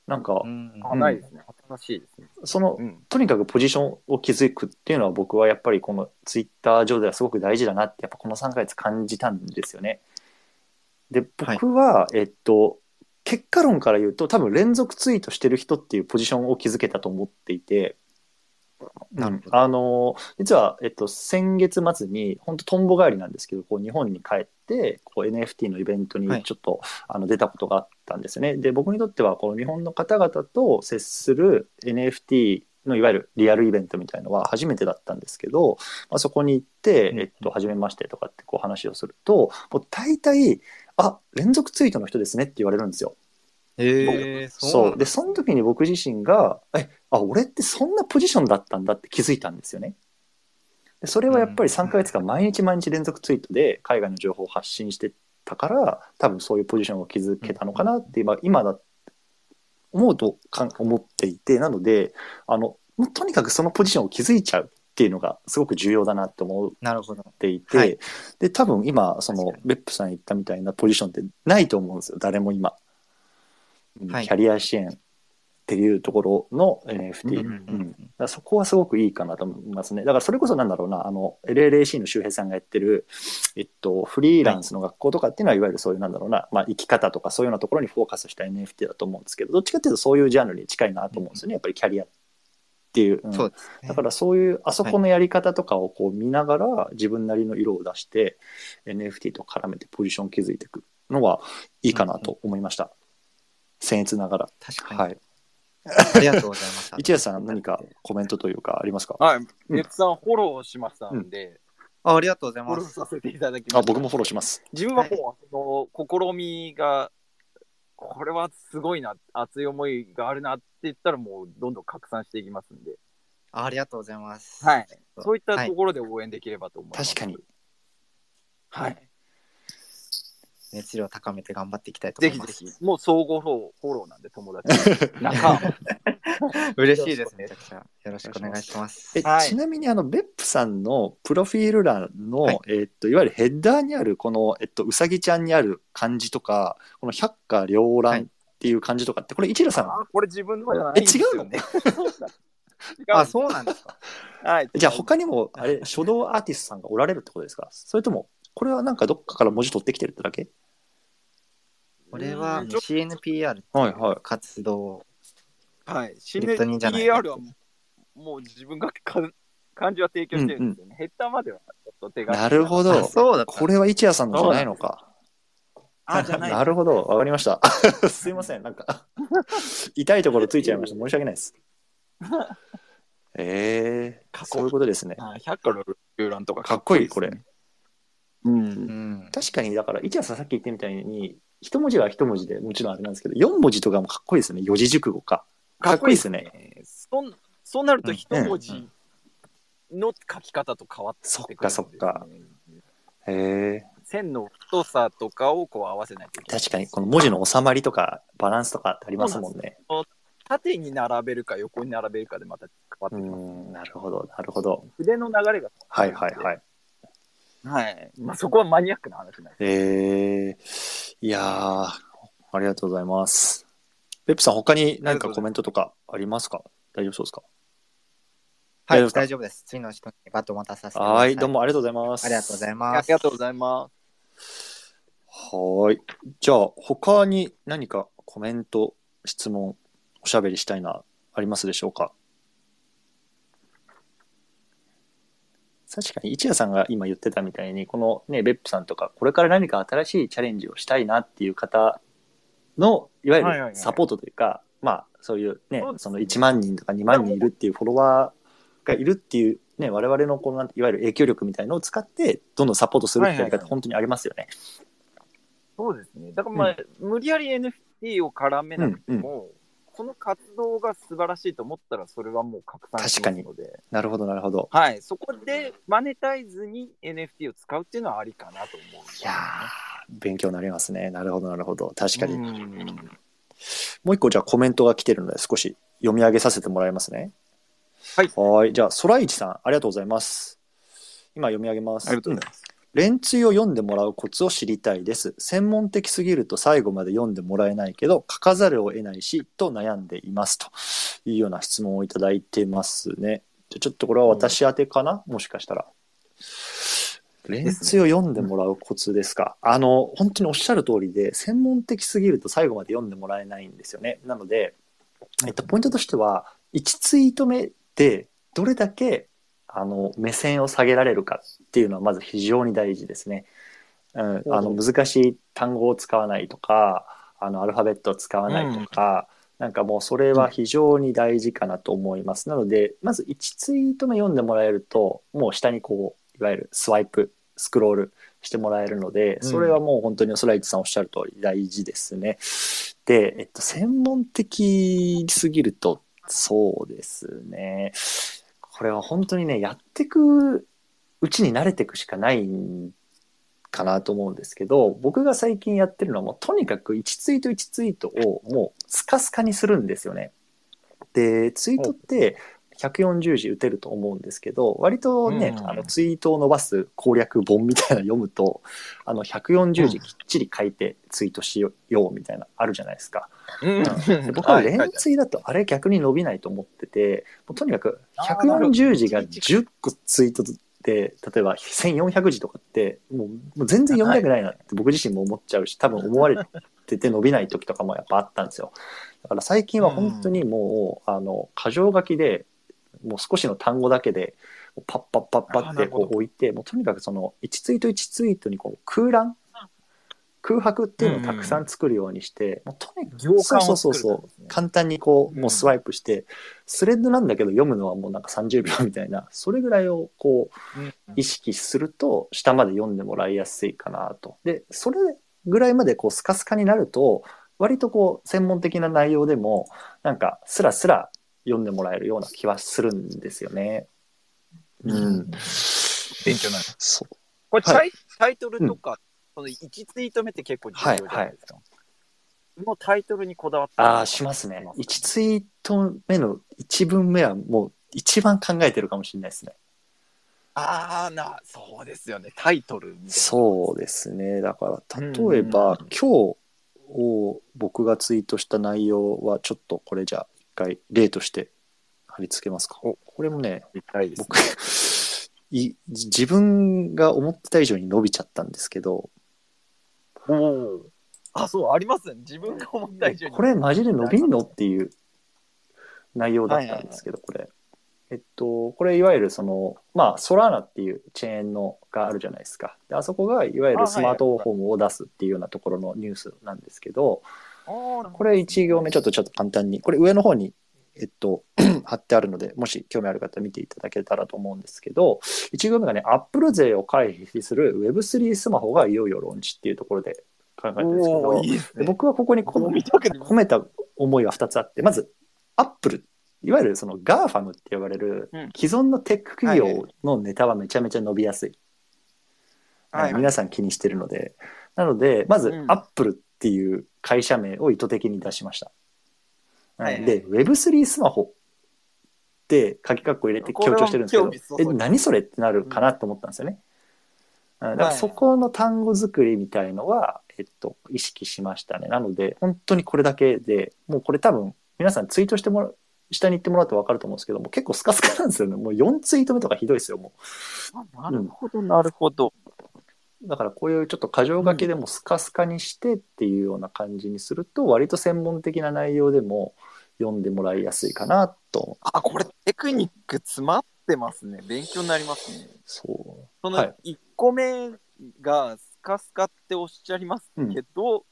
[SPEAKER 1] なんか、
[SPEAKER 3] うん
[SPEAKER 2] あ、ないですね。らしいですね。
[SPEAKER 1] その
[SPEAKER 2] うん。
[SPEAKER 1] とにかくポジションを築くっていうのは僕はやっぱりこのツイッター上ではすごく大事だなってやっぱこの3ヶ月感じたんですよね。で
[SPEAKER 3] はい
[SPEAKER 1] 僕は、えっと結果論から言うと多分連続ツイートしてる人っていうポジションを築けたと思っていて
[SPEAKER 3] なるほど。
[SPEAKER 1] あの実は、えっと、先月末に本当とんぼ帰りなんですけどこう日本に帰ってこう NFT のイベントに
[SPEAKER 3] はい
[SPEAKER 1] ちょっと、あの出たことがあったんですよね。で僕にとってはこの日本の方々と接する NFT のいわゆるリアルイベントみたいのは初めてだったんですけど、まあ、そこに行って「
[SPEAKER 3] うん
[SPEAKER 1] えっと初めまして」とかってこう話をするともう大体「あ連続ツイートの人ですね」って言われるんですよ。
[SPEAKER 3] えー、そう
[SPEAKER 1] そう
[SPEAKER 3] なん
[SPEAKER 1] で
[SPEAKER 3] だ
[SPEAKER 1] その時に僕自身が「えあ俺ってそんなポジションだったんだ」って気づいたんですよね。でそれはやっぱり
[SPEAKER 3] うん
[SPEAKER 1] 3ヶ月間毎日毎日連続ツイートで海外の情報を発信してたから多分そういうポジションを築けたのかなって今今だ思うとかん思っていてなのであのもうとにかくそのポジションを築いちゃうっていうのがすごく重要だなと思う
[SPEAKER 3] なるほど。
[SPEAKER 1] っていて、
[SPEAKER 3] はい
[SPEAKER 1] で多分今その
[SPEAKER 3] 確か
[SPEAKER 1] ベップさん言ったみたいなポジションってないと思うんですよ誰も今、うん
[SPEAKER 3] はい
[SPEAKER 1] キャリア支援っていうところの NFT、
[SPEAKER 2] うん
[SPEAKER 1] うんだからそこはすごくいいかなと思いますねだからそれこそなんだろうなあの LLAC の周平さんがやってる、えっと、フリーランスの学校とかっていうのは、い、わゆるそういうなんだろうな、まあ、生き方とかそういうようなところにフォーカスした NFT だと思うんですけどどっちかっていうとそういうジャンルに近いなと思うんですよねやっぱりキャリアっていう。うん
[SPEAKER 3] そうです、ね。
[SPEAKER 1] だからそういうあそこのやり方とかをこう見ながら自分なりの色を出して NFT と絡めてポジション築いていくのはいいかなと思いました。僭越ながら。
[SPEAKER 3] 確かに、
[SPEAKER 1] はい。
[SPEAKER 3] ありがとうございます。
[SPEAKER 1] 一谷さん何かコメントというかありますかあ
[SPEAKER 2] はい。ネッツさんフォローしましたんで、
[SPEAKER 3] あありがとうござい
[SPEAKER 2] フォ
[SPEAKER 3] ま
[SPEAKER 2] ロー
[SPEAKER 3] す。
[SPEAKER 2] させていただきます。
[SPEAKER 1] 僕もフォローします。
[SPEAKER 2] 自分はもう、その試みが、これはすごいな、熱い思いがあるなって言ったら、もうどんどん拡散していきますんで、
[SPEAKER 3] あありがとうございます。
[SPEAKER 2] はい。
[SPEAKER 3] そう
[SPEAKER 2] そういったところで応援できればと思います。
[SPEAKER 1] 確かに。
[SPEAKER 2] はい。
[SPEAKER 3] 熱量高めて頑張っていきたいと
[SPEAKER 2] ぜ
[SPEAKER 3] 思い
[SPEAKER 2] ひぜ
[SPEAKER 3] ます。
[SPEAKER 2] ひ、もう相互フォローフォローなんで、友達。仲間。
[SPEAKER 3] 嬉しいです。
[SPEAKER 2] よ
[SPEAKER 3] め
[SPEAKER 2] ろ
[SPEAKER 3] ちゃくちゃ。よろしくお願いします。
[SPEAKER 1] え
[SPEAKER 2] はい
[SPEAKER 1] ちなみにあのベップさんのプロフィール欄の、
[SPEAKER 3] はい
[SPEAKER 1] えっといわゆるヘッダーにあるこの、えっと、うさぎちゃんにある漢字とかこの百花繚
[SPEAKER 3] は
[SPEAKER 1] 乱
[SPEAKER 3] い
[SPEAKER 1] っていう漢字とかってこれ一谷さん、
[SPEAKER 2] あこれ自分のじゃないんですよね。 違う
[SPEAKER 3] あ、そうなんですか。
[SPEAKER 2] はい。
[SPEAKER 1] じゃあ他にもあれ書道アーティストさんがおられるってことですかそれともこれはなんかどっかから文字取ってきてるってだけ
[SPEAKER 3] これはあの
[SPEAKER 2] ちょ
[SPEAKER 3] CNPR って
[SPEAKER 1] はい
[SPEAKER 3] い
[SPEAKER 1] はいう
[SPEAKER 3] 活動を
[SPEAKER 2] はい。シ
[SPEAKER 3] リ
[SPEAKER 2] ネ
[SPEAKER 3] プトニンじゃない
[SPEAKER 2] PR はもうもう自分がか漢字は提供してるんですよね。ヘッダーまではちょっと手が。
[SPEAKER 1] なるほど
[SPEAKER 3] そうだった
[SPEAKER 1] これは一夜さんのじゃないのか
[SPEAKER 2] あ、じゃない。
[SPEAKER 1] なるほどわかりました すいませんなんか痛いところついちゃいました申し訳ないですえー、
[SPEAKER 2] 過去
[SPEAKER 1] そういうことですね
[SPEAKER 2] あ百科の遊覧とか
[SPEAKER 1] かっこいいこれ
[SPEAKER 2] う。
[SPEAKER 3] うんん。
[SPEAKER 1] 確かにだから一夜さんさっき言ってみたいに一文字は一文字でもちろんあれなんですけど四文字とかもかっこいいですね四字熟語かかっこいいですね
[SPEAKER 2] そんそうなると一文字の書き方と変わってくるんで
[SPEAKER 1] そ
[SPEAKER 2] すね、
[SPEAKER 1] っかそっかへえー
[SPEAKER 2] 線の太さとかをこう合わせないといけない。
[SPEAKER 1] 確かにこの文字の収まりとかバランスとかってありますもんね。
[SPEAKER 2] 縦に並べるか横に並べるかでまた変わって
[SPEAKER 1] う
[SPEAKER 2] きます。
[SPEAKER 1] ん、なるほど、なるほど。
[SPEAKER 2] 筆の流れが。
[SPEAKER 1] はいはいはい。
[SPEAKER 2] はい。まあ、そこはマニアックな話なんです。
[SPEAKER 1] えー、いやー、ありがとうございます。ペップさん、他に何かコメントとかありますか大丈夫そうですか
[SPEAKER 3] は
[SPEAKER 1] 大丈夫で
[SPEAKER 3] い、
[SPEAKER 1] すか
[SPEAKER 3] 大丈夫です。次の人にバトンを渡させてください。
[SPEAKER 1] はい、どうもありがとうございます。
[SPEAKER 3] ありがとうござい
[SPEAKER 2] あ
[SPEAKER 3] ま
[SPEAKER 2] り
[SPEAKER 3] す。
[SPEAKER 2] がとうございます。
[SPEAKER 1] はーい。じゃあ、他に何かコメント、質問、おしゃべりしたいな、ありますでしょうか確かに、一夜さんが今言ってたみたいに、このね、ベップさんとか、これから何か新しいチャレンジをしたいなっていう方の、いわゆ
[SPEAKER 2] はいはいは
[SPEAKER 1] る
[SPEAKER 2] い
[SPEAKER 1] サポートというか、まあ、そういうね、
[SPEAKER 2] そう
[SPEAKER 1] そ
[SPEAKER 2] ですね
[SPEAKER 1] の1万人とか2万人いるっていうフォロワーがいるっていう、ね、我々のこの、なんていわゆる影響力みたいのを使って、どんどんサポートするってやり
[SPEAKER 2] はいはいは
[SPEAKER 1] 方、
[SPEAKER 2] い
[SPEAKER 1] 本当にありますよね。
[SPEAKER 2] そうですね。だからまあ、無理やり NFT を絡めなくても、この活動が素晴らしいと思ったら、それはもう拡散しますので、
[SPEAKER 1] なるほど、なるほど。
[SPEAKER 2] はい、そこでマネタイズに NFT を使うっていうのはありかなと思うんです
[SPEAKER 1] いや
[SPEAKER 2] よね、
[SPEAKER 1] ー勉強になりますね。なるほど、なるほど。確かに。
[SPEAKER 2] うん
[SPEAKER 1] もう一個、じゃあコメントが来てるので、少し読み上げさせてもらいますね。
[SPEAKER 2] はい
[SPEAKER 1] はーい。じゃあ、空市さん、ありがとうございます。今、読み上げます。
[SPEAKER 2] ありがとうございます。
[SPEAKER 1] レンツイを読んでもらうコツを知りたいです。専門的すぎると最後まで読んでもらえないけど、書かざるを得ないし、と悩んでいます。というような質問をいただいてますね。じゃちょっとこれは私宛てかな、もしかしたら。レンツイを読んでもらうコツですか。あの、本当におっしゃる通りで、専門的すぎると最後まで読んでもらえないんですよね。なので、えっと、ポイントとしては、1ツイート目でどれだけあの目線を下げられるかっていうのはまず非常に大事ですね。うん、あの難しい単語を使わないとかあのアルファベットを使わないとか、なんかもうそれは非常に大事かなと思います。なのでまず1ツイート目読んでもらえるともう下にこういわゆるスワイプスクロールしてもらえるのでそれはもう本当におそらいちさんおっしゃる通り大事ですね。で、えっと、専門的すぎるとそうですね。これは本当にね、やってくうちに慣れていくしかないんかなと思うんですけど、僕が最近やってるのはもうとにかく1ツイート1ツイートをもうスカスカにするんですよね。で、ツイートって140字打てると思うんですけど、割とね、
[SPEAKER 2] うん
[SPEAKER 1] あのツイートを伸ばす攻略本みたいなの読むと、あの140字きっちり書いてツイートしようみたいなあるじゃないですか。
[SPEAKER 2] うん
[SPEAKER 1] で僕は連
[SPEAKER 2] い
[SPEAKER 1] 追だとあれ逆に伸びないと思ってて、もうとにかく
[SPEAKER 2] あーなるほど
[SPEAKER 1] 140字が10個ツイートで、例えば1400字とかってもう、もう全然読みたくないなって僕自身も思っちゃうし、多分思われてて伸びない時とかもやっぱあったんですよ。だから最近は本当にもう、あの、箇条書きで、もう少しの単語だけで、パッパッパッパ
[SPEAKER 2] あー
[SPEAKER 1] っ
[SPEAKER 2] な
[SPEAKER 1] て
[SPEAKER 2] るほど
[SPEAKER 1] こう置いて、もうとにかくその1ツイート1ツイートにこう空欄、空白っていうのをたくさん作るようにして、もうとにかく
[SPEAKER 2] 行間
[SPEAKER 1] そう
[SPEAKER 2] を作
[SPEAKER 1] そうそ
[SPEAKER 2] る
[SPEAKER 1] うそう
[SPEAKER 2] う
[SPEAKER 1] 簡単にこ
[SPEAKER 2] う
[SPEAKER 1] うんもうスワイプして、スレッドなんだけど読むのはもうなんか30秒みた いなそれぐらいをこう意識すると下まで読んでもらいやすいかなと。でそれぐらいまでこうスカスカになると割とこう専門的な内容でもなんかスラスラ読んでもらえるような気はするんですよね。うん、
[SPEAKER 2] 勉強になる
[SPEAKER 1] そ
[SPEAKER 2] これタイ、
[SPEAKER 1] は
[SPEAKER 2] タイトルとか、その1ツイート目って結構重要じゃないですか。そのタイトルにこだわって
[SPEAKER 1] ああ、しますね。1ツイート目の1文目はもう一番考えてるかもしれないですね。
[SPEAKER 2] ああな、そうですよね。タイトルみたいな。
[SPEAKER 1] そうですね。だから、
[SPEAKER 2] うん
[SPEAKER 1] 例えば、今日を僕がツイートした内容は、ちょっとこれじゃあ、一回例として貼り付けますか。これもね、
[SPEAKER 2] みたいですね。
[SPEAKER 1] 僕、 い自分が思ってた以上に伸びちゃったんですけど、
[SPEAKER 2] おーあ、そう、ありますね。自分が思った以上に。
[SPEAKER 1] これマジで伸びんのっていう内容だったんですけど、これ。えっと、これいわゆるその、まあ、ソラーナっていうチェーンのがあるじゃないですか。であそこがいわゆ
[SPEAKER 2] あ
[SPEAKER 1] る
[SPEAKER 2] はい
[SPEAKER 1] スマートフォンを出すっていうようなところのニュースなんですけど、
[SPEAKER 2] あー
[SPEAKER 1] これ1行目ちょっとちょっと簡単に、これ上の方に、えっと、 貼ってあるので、もし興味ある方見ていただけたらと思うんですけど、1行目がね、Apple 税を回避する Web3 スマホがいよいよローンチっていうところで考えてるんですけど、
[SPEAKER 2] おーいいです
[SPEAKER 1] で
[SPEAKER 2] ね。
[SPEAKER 1] 僕はここにこ
[SPEAKER 2] 僕
[SPEAKER 1] の
[SPEAKER 2] も見たくて
[SPEAKER 1] 込めた思いは2つあって、まず、アップル、いわゆるその GAFAM って呼ばれる
[SPEAKER 2] うん
[SPEAKER 1] 既存のテック企業のネタはめちゃめちゃ伸びやすい。
[SPEAKER 2] はい
[SPEAKER 1] 皆さん気にしてるので。なので、まず
[SPEAKER 2] うん
[SPEAKER 1] アップルっていう会社名を意図的に出しました。
[SPEAKER 2] はいはい
[SPEAKER 1] で、Web3 スマホって鍵括弧入れて強調してるんですけ
[SPEAKER 2] こ
[SPEAKER 1] ど
[SPEAKER 2] れは興味そ、う
[SPEAKER 1] え
[SPEAKER 2] そう
[SPEAKER 1] 何それってなるかなと思ったんですよね。うんだからそこの単語作りみたいのは、えっと、意識しましたね。なので、本当にこれだけで、もうこれ多分、皆さんツイートしてもらう、下に行ってもらうと分かると思うんですけども、結構スカスカなんですよね。もう4ツイート目とかひどいですよ、も
[SPEAKER 2] あなるほど、なるほど。
[SPEAKER 1] う。だからこういうちょっと過剰書きでもスカスカにしてっていうような感じにすると、割と専門的な内容でも読んでもらいやすいかなと。
[SPEAKER 2] あ、これテクニック詰まってますね。勉強になりますね。
[SPEAKER 1] そう。は
[SPEAKER 2] その
[SPEAKER 1] い
[SPEAKER 2] 1個目がスカスカっておっしゃりますけど、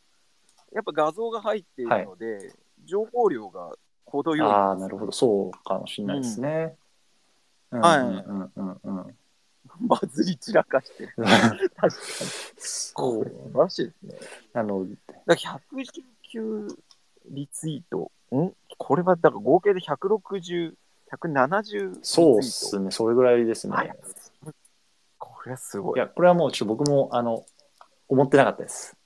[SPEAKER 2] やっぱ画像が入っているので、情報量が程よい。
[SPEAKER 1] ああ、なるほど。そうかもしれないですね。うん
[SPEAKER 2] はい
[SPEAKER 1] うんうんうんうん。
[SPEAKER 2] バズり散らかしてる。
[SPEAKER 1] そ
[SPEAKER 2] 素
[SPEAKER 1] う。
[SPEAKER 2] 晴らしいですね。
[SPEAKER 1] なので、
[SPEAKER 2] だから119リツイート。んこれはだから合計で160、170リツイート。
[SPEAKER 1] そうっすね。それぐらいですね。
[SPEAKER 2] あいやこれはすご
[SPEAKER 1] い
[SPEAKER 2] い。
[SPEAKER 1] や、これはもうちょっと僕も、あの、思ってなかったです。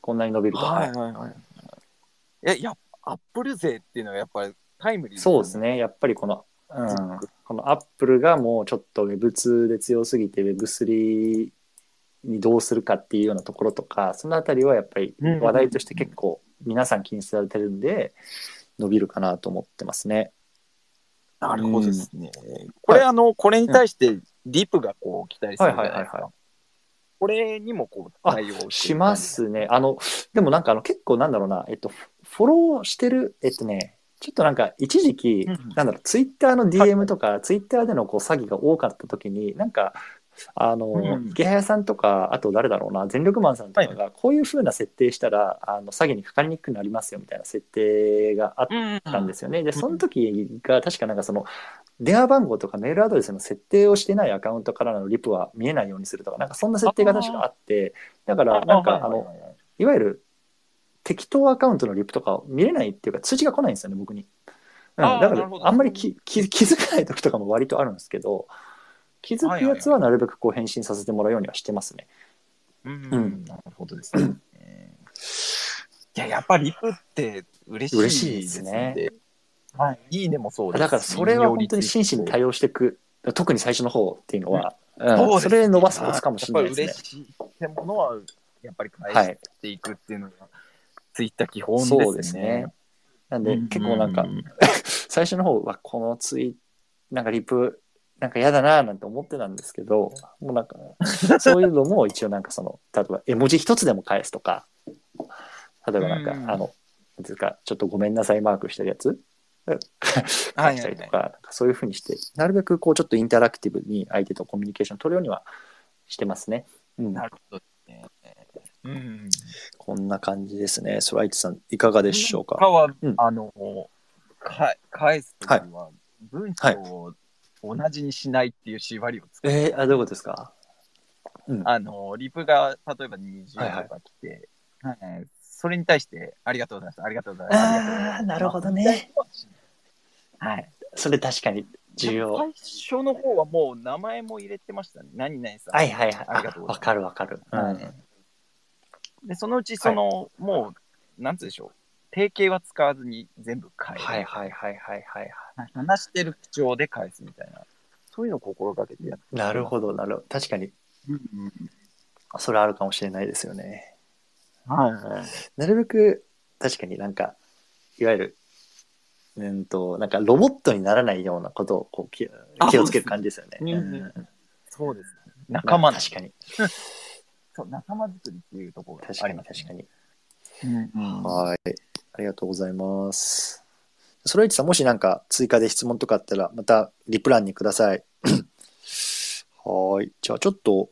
[SPEAKER 1] こんなに伸びると。
[SPEAKER 2] はいはいはい。いや、やっぱアップル勢っていうのはやっぱりタイムリー
[SPEAKER 1] そうです
[SPEAKER 2] ね。
[SPEAKER 1] ね。やっぱりこの、う
[SPEAKER 2] ズ
[SPEAKER 1] ん
[SPEAKER 2] ック、
[SPEAKER 1] このアップルがもうちょっと Web2 で強すぎて Web3 にどうするかっていうようなところとかそのあたりはやっぱり
[SPEAKER 2] うん
[SPEAKER 1] 話題として結構皆さん気にされてるんで伸びるかなと思ってますね。
[SPEAKER 2] なるほどですね。これ、
[SPEAKER 1] は
[SPEAKER 2] あの、これに対して、リプがこう来たりするじゃないですか。
[SPEAKER 1] はいはいはいは
[SPEAKER 2] これにもこう
[SPEAKER 1] あ
[SPEAKER 2] 対応していく
[SPEAKER 1] しますね。あのでもなんかあの結構なんだろうな、えっと、フフォローしてるえっとねちょっとなんか一時期、
[SPEAKER 2] うんうん
[SPEAKER 1] なんだろうツイッターの DM とか、ツイッターでのこう詐欺が多かった時になんかあの、
[SPEAKER 2] うん
[SPEAKER 1] 池早さんとかあと誰だろうな全力マンさんとかがこういう風な設定したら、あの詐欺にかかりにくくなりますよみたいな設定があっ
[SPEAKER 2] うんうん
[SPEAKER 1] たんですよね。で
[SPEAKER 2] ん
[SPEAKER 1] その時が確かなんかその電話番号とかメールアドレスの設定をしてないアカウントからのリプは見えないようにするとかなんかそんな設定が確かあってだからなんかあ
[SPEAKER 2] はいはい
[SPEAKER 1] の
[SPEAKER 2] はいはい
[SPEAKER 1] いわゆる適当アカウントのリプとか見れないっていうか通知が来ないんですよね僕に。うん、
[SPEAKER 2] あー
[SPEAKER 1] だか
[SPEAKER 2] なる
[SPEAKER 1] ら
[SPEAKER 2] ほど
[SPEAKER 1] あんまりきき気づかない時とかも割とあるんですけど気づくやつはなるべくこう返信させてもらうようにはしてますね。
[SPEAKER 2] うん
[SPEAKER 1] う
[SPEAKER 2] うんん、なるほどですね。えーいや、やっぱリプって嬉
[SPEAKER 1] 嬉
[SPEAKER 2] し
[SPEAKER 1] しい
[SPEAKER 2] い
[SPEAKER 1] で
[SPEAKER 2] ですす
[SPEAKER 1] ね
[SPEAKER 2] ね。はい、いいねもそうですし
[SPEAKER 1] だからそれは本当に真摯に対応していく特に最初の方っていうのは、うん
[SPEAKER 2] そうです
[SPEAKER 1] そ
[SPEAKER 2] ね
[SPEAKER 1] れ伸ばすコツかもしれないですね
[SPEAKER 2] やっ。ぱり嬉しいってものは、やっぱり
[SPEAKER 1] は
[SPEAKER 2] 返
[SPEAKER 1] い
[SPEAKER 2] していくっていうのが、ツイッター基本ですね。
[SPEAKER 1] そうですね。なんで、結構なんか
[SPEAKER 2] う、
[SPEAKER 1] 最初の方はこのツイ、なんかリプ、なんか嫌だなーなんて思ってたんですけど、もうなんか、そういうのも一応なんかその、例えば絵文字一つでも返すとか、例えばなんか、
[SPEAKER 2] うん
[SPEAKER 1] あの、なんていうか、ちょっとごめんなさいマークしてるやつ
[SPEAKER 2] は
[SPEAKER 1] 返
[SPEAKER 2] い
[SPEAKER 1] し
[SPEAKER 2] は
[SPEAKER 1] た
[SPEAKER 2] い
[SPEAKER 1] りとか、なんかそういうふうにして、なるべくこうちょっとインタラクティブに相手とコミュニケーション取るようにはしてますね。うん
[SPEAKER 2] な。るほどですね。うん。
[SPEAKER 1] こんな感じですね。ソライチさん、いかがでしょうか。
[SPEAKER 2] 他は、
[SPEAKER 1] うん
[SPEAKER 2] あの、か返すときは、文章を同じにしないっていう縛りを作る。
[SPEAKER 1] えー、あ、どういうことですか
[SPEAKER 2] あの、リプが、例えば20
[SPEAKER 1] はいはい
[SPEAKER 2] とか来て、はいそれに対して、ありがとうございます、ありがとうございます。ありがとうございま
[SPEAKER 1] あ
[SPEAKER 2] す
[SPEAKER 1] あ、なるほどね。
[SPEAKER 2] はい。
[SPEAKER 1] それ確かに重要。は
[SPEAKER 2] 最初の方はもう名前も入れてましたね。何々さん。
[SPEAKER 1] いはいはい。
[SPEAKER 2] ありがとうございま
[SPEAKER 1] わ
[SPEAKER 2] す
[SPEAKER 1] かるわかる。うん。
[SPEAKER 2] はいで、そのうち、その、もう、なんつうでしょう。定型は使わずに全部変える。
[SPEAKER 1] はいはいはいはいはい。
[SPEAKER 2] 話してる口調で返すみたいな。そういうのを心がけてやって
[SPEAKER 1] なるほどなるほど。確かに、
[SPEAKER 2] る。
[SPEAKER 1] それあるかもしれないですよね。
[SPEAKER 2] はいはい。
[SPEAKER 1] なるべく、確かになんか、いわゆる、うんと、なんかロボットにならないようなことをこう気
[SPEAKER 2] あ
[SPEAKER 1] 気をつける感じですよね。
[SPEAKER 2] そうですね
[SPEAKER 1] うん
[SPEAKER 2] そうです、ね。仲間、
[SPEAKER 1] 確かに。
[SPEAKER 2] そう仲間作りっていうところが
[SPEAKER 1] 確
[SPEAKER 2] あ
[SPEAKER 1] か
[SPEAKER 2] り
[SPEAKER 1] に
[SPEAKER 2] ます、
[SPEAKER 1] 確かに。
[SPEAKER 2] に。うんうん
[SPEAKER 1] はい。ありがとうございます。それいちさん、もしなんか追加で質問とかあったら、またリプランにください。 はい。じゃあちょっと、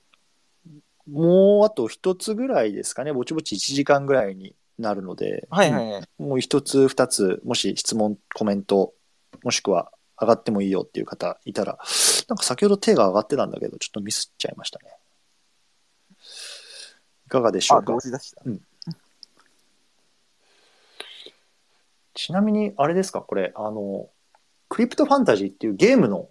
[SPEAKER 1] もうあと一つぐらいですかね。ぼちぼち1時間ぐらいになるので、
[SPEAKER 2] はいはいはい。
[SPEAKER 1] もう一つ、二つ、もし質問、コメント、もしくは上がってもいいよっていう方いたら、なんか先ほど手が上がってたんだけど、ちょっとミスっちゃいましたね。いかがでしょ
[SPEAKER 2] あ、
[SPEAKER 1] うか
[SPEAKER 2] 同。時出した。
[SPEAKER 1] ちなみに、あれですか、これ、あの、クリプトファンタジーっていうゲームの、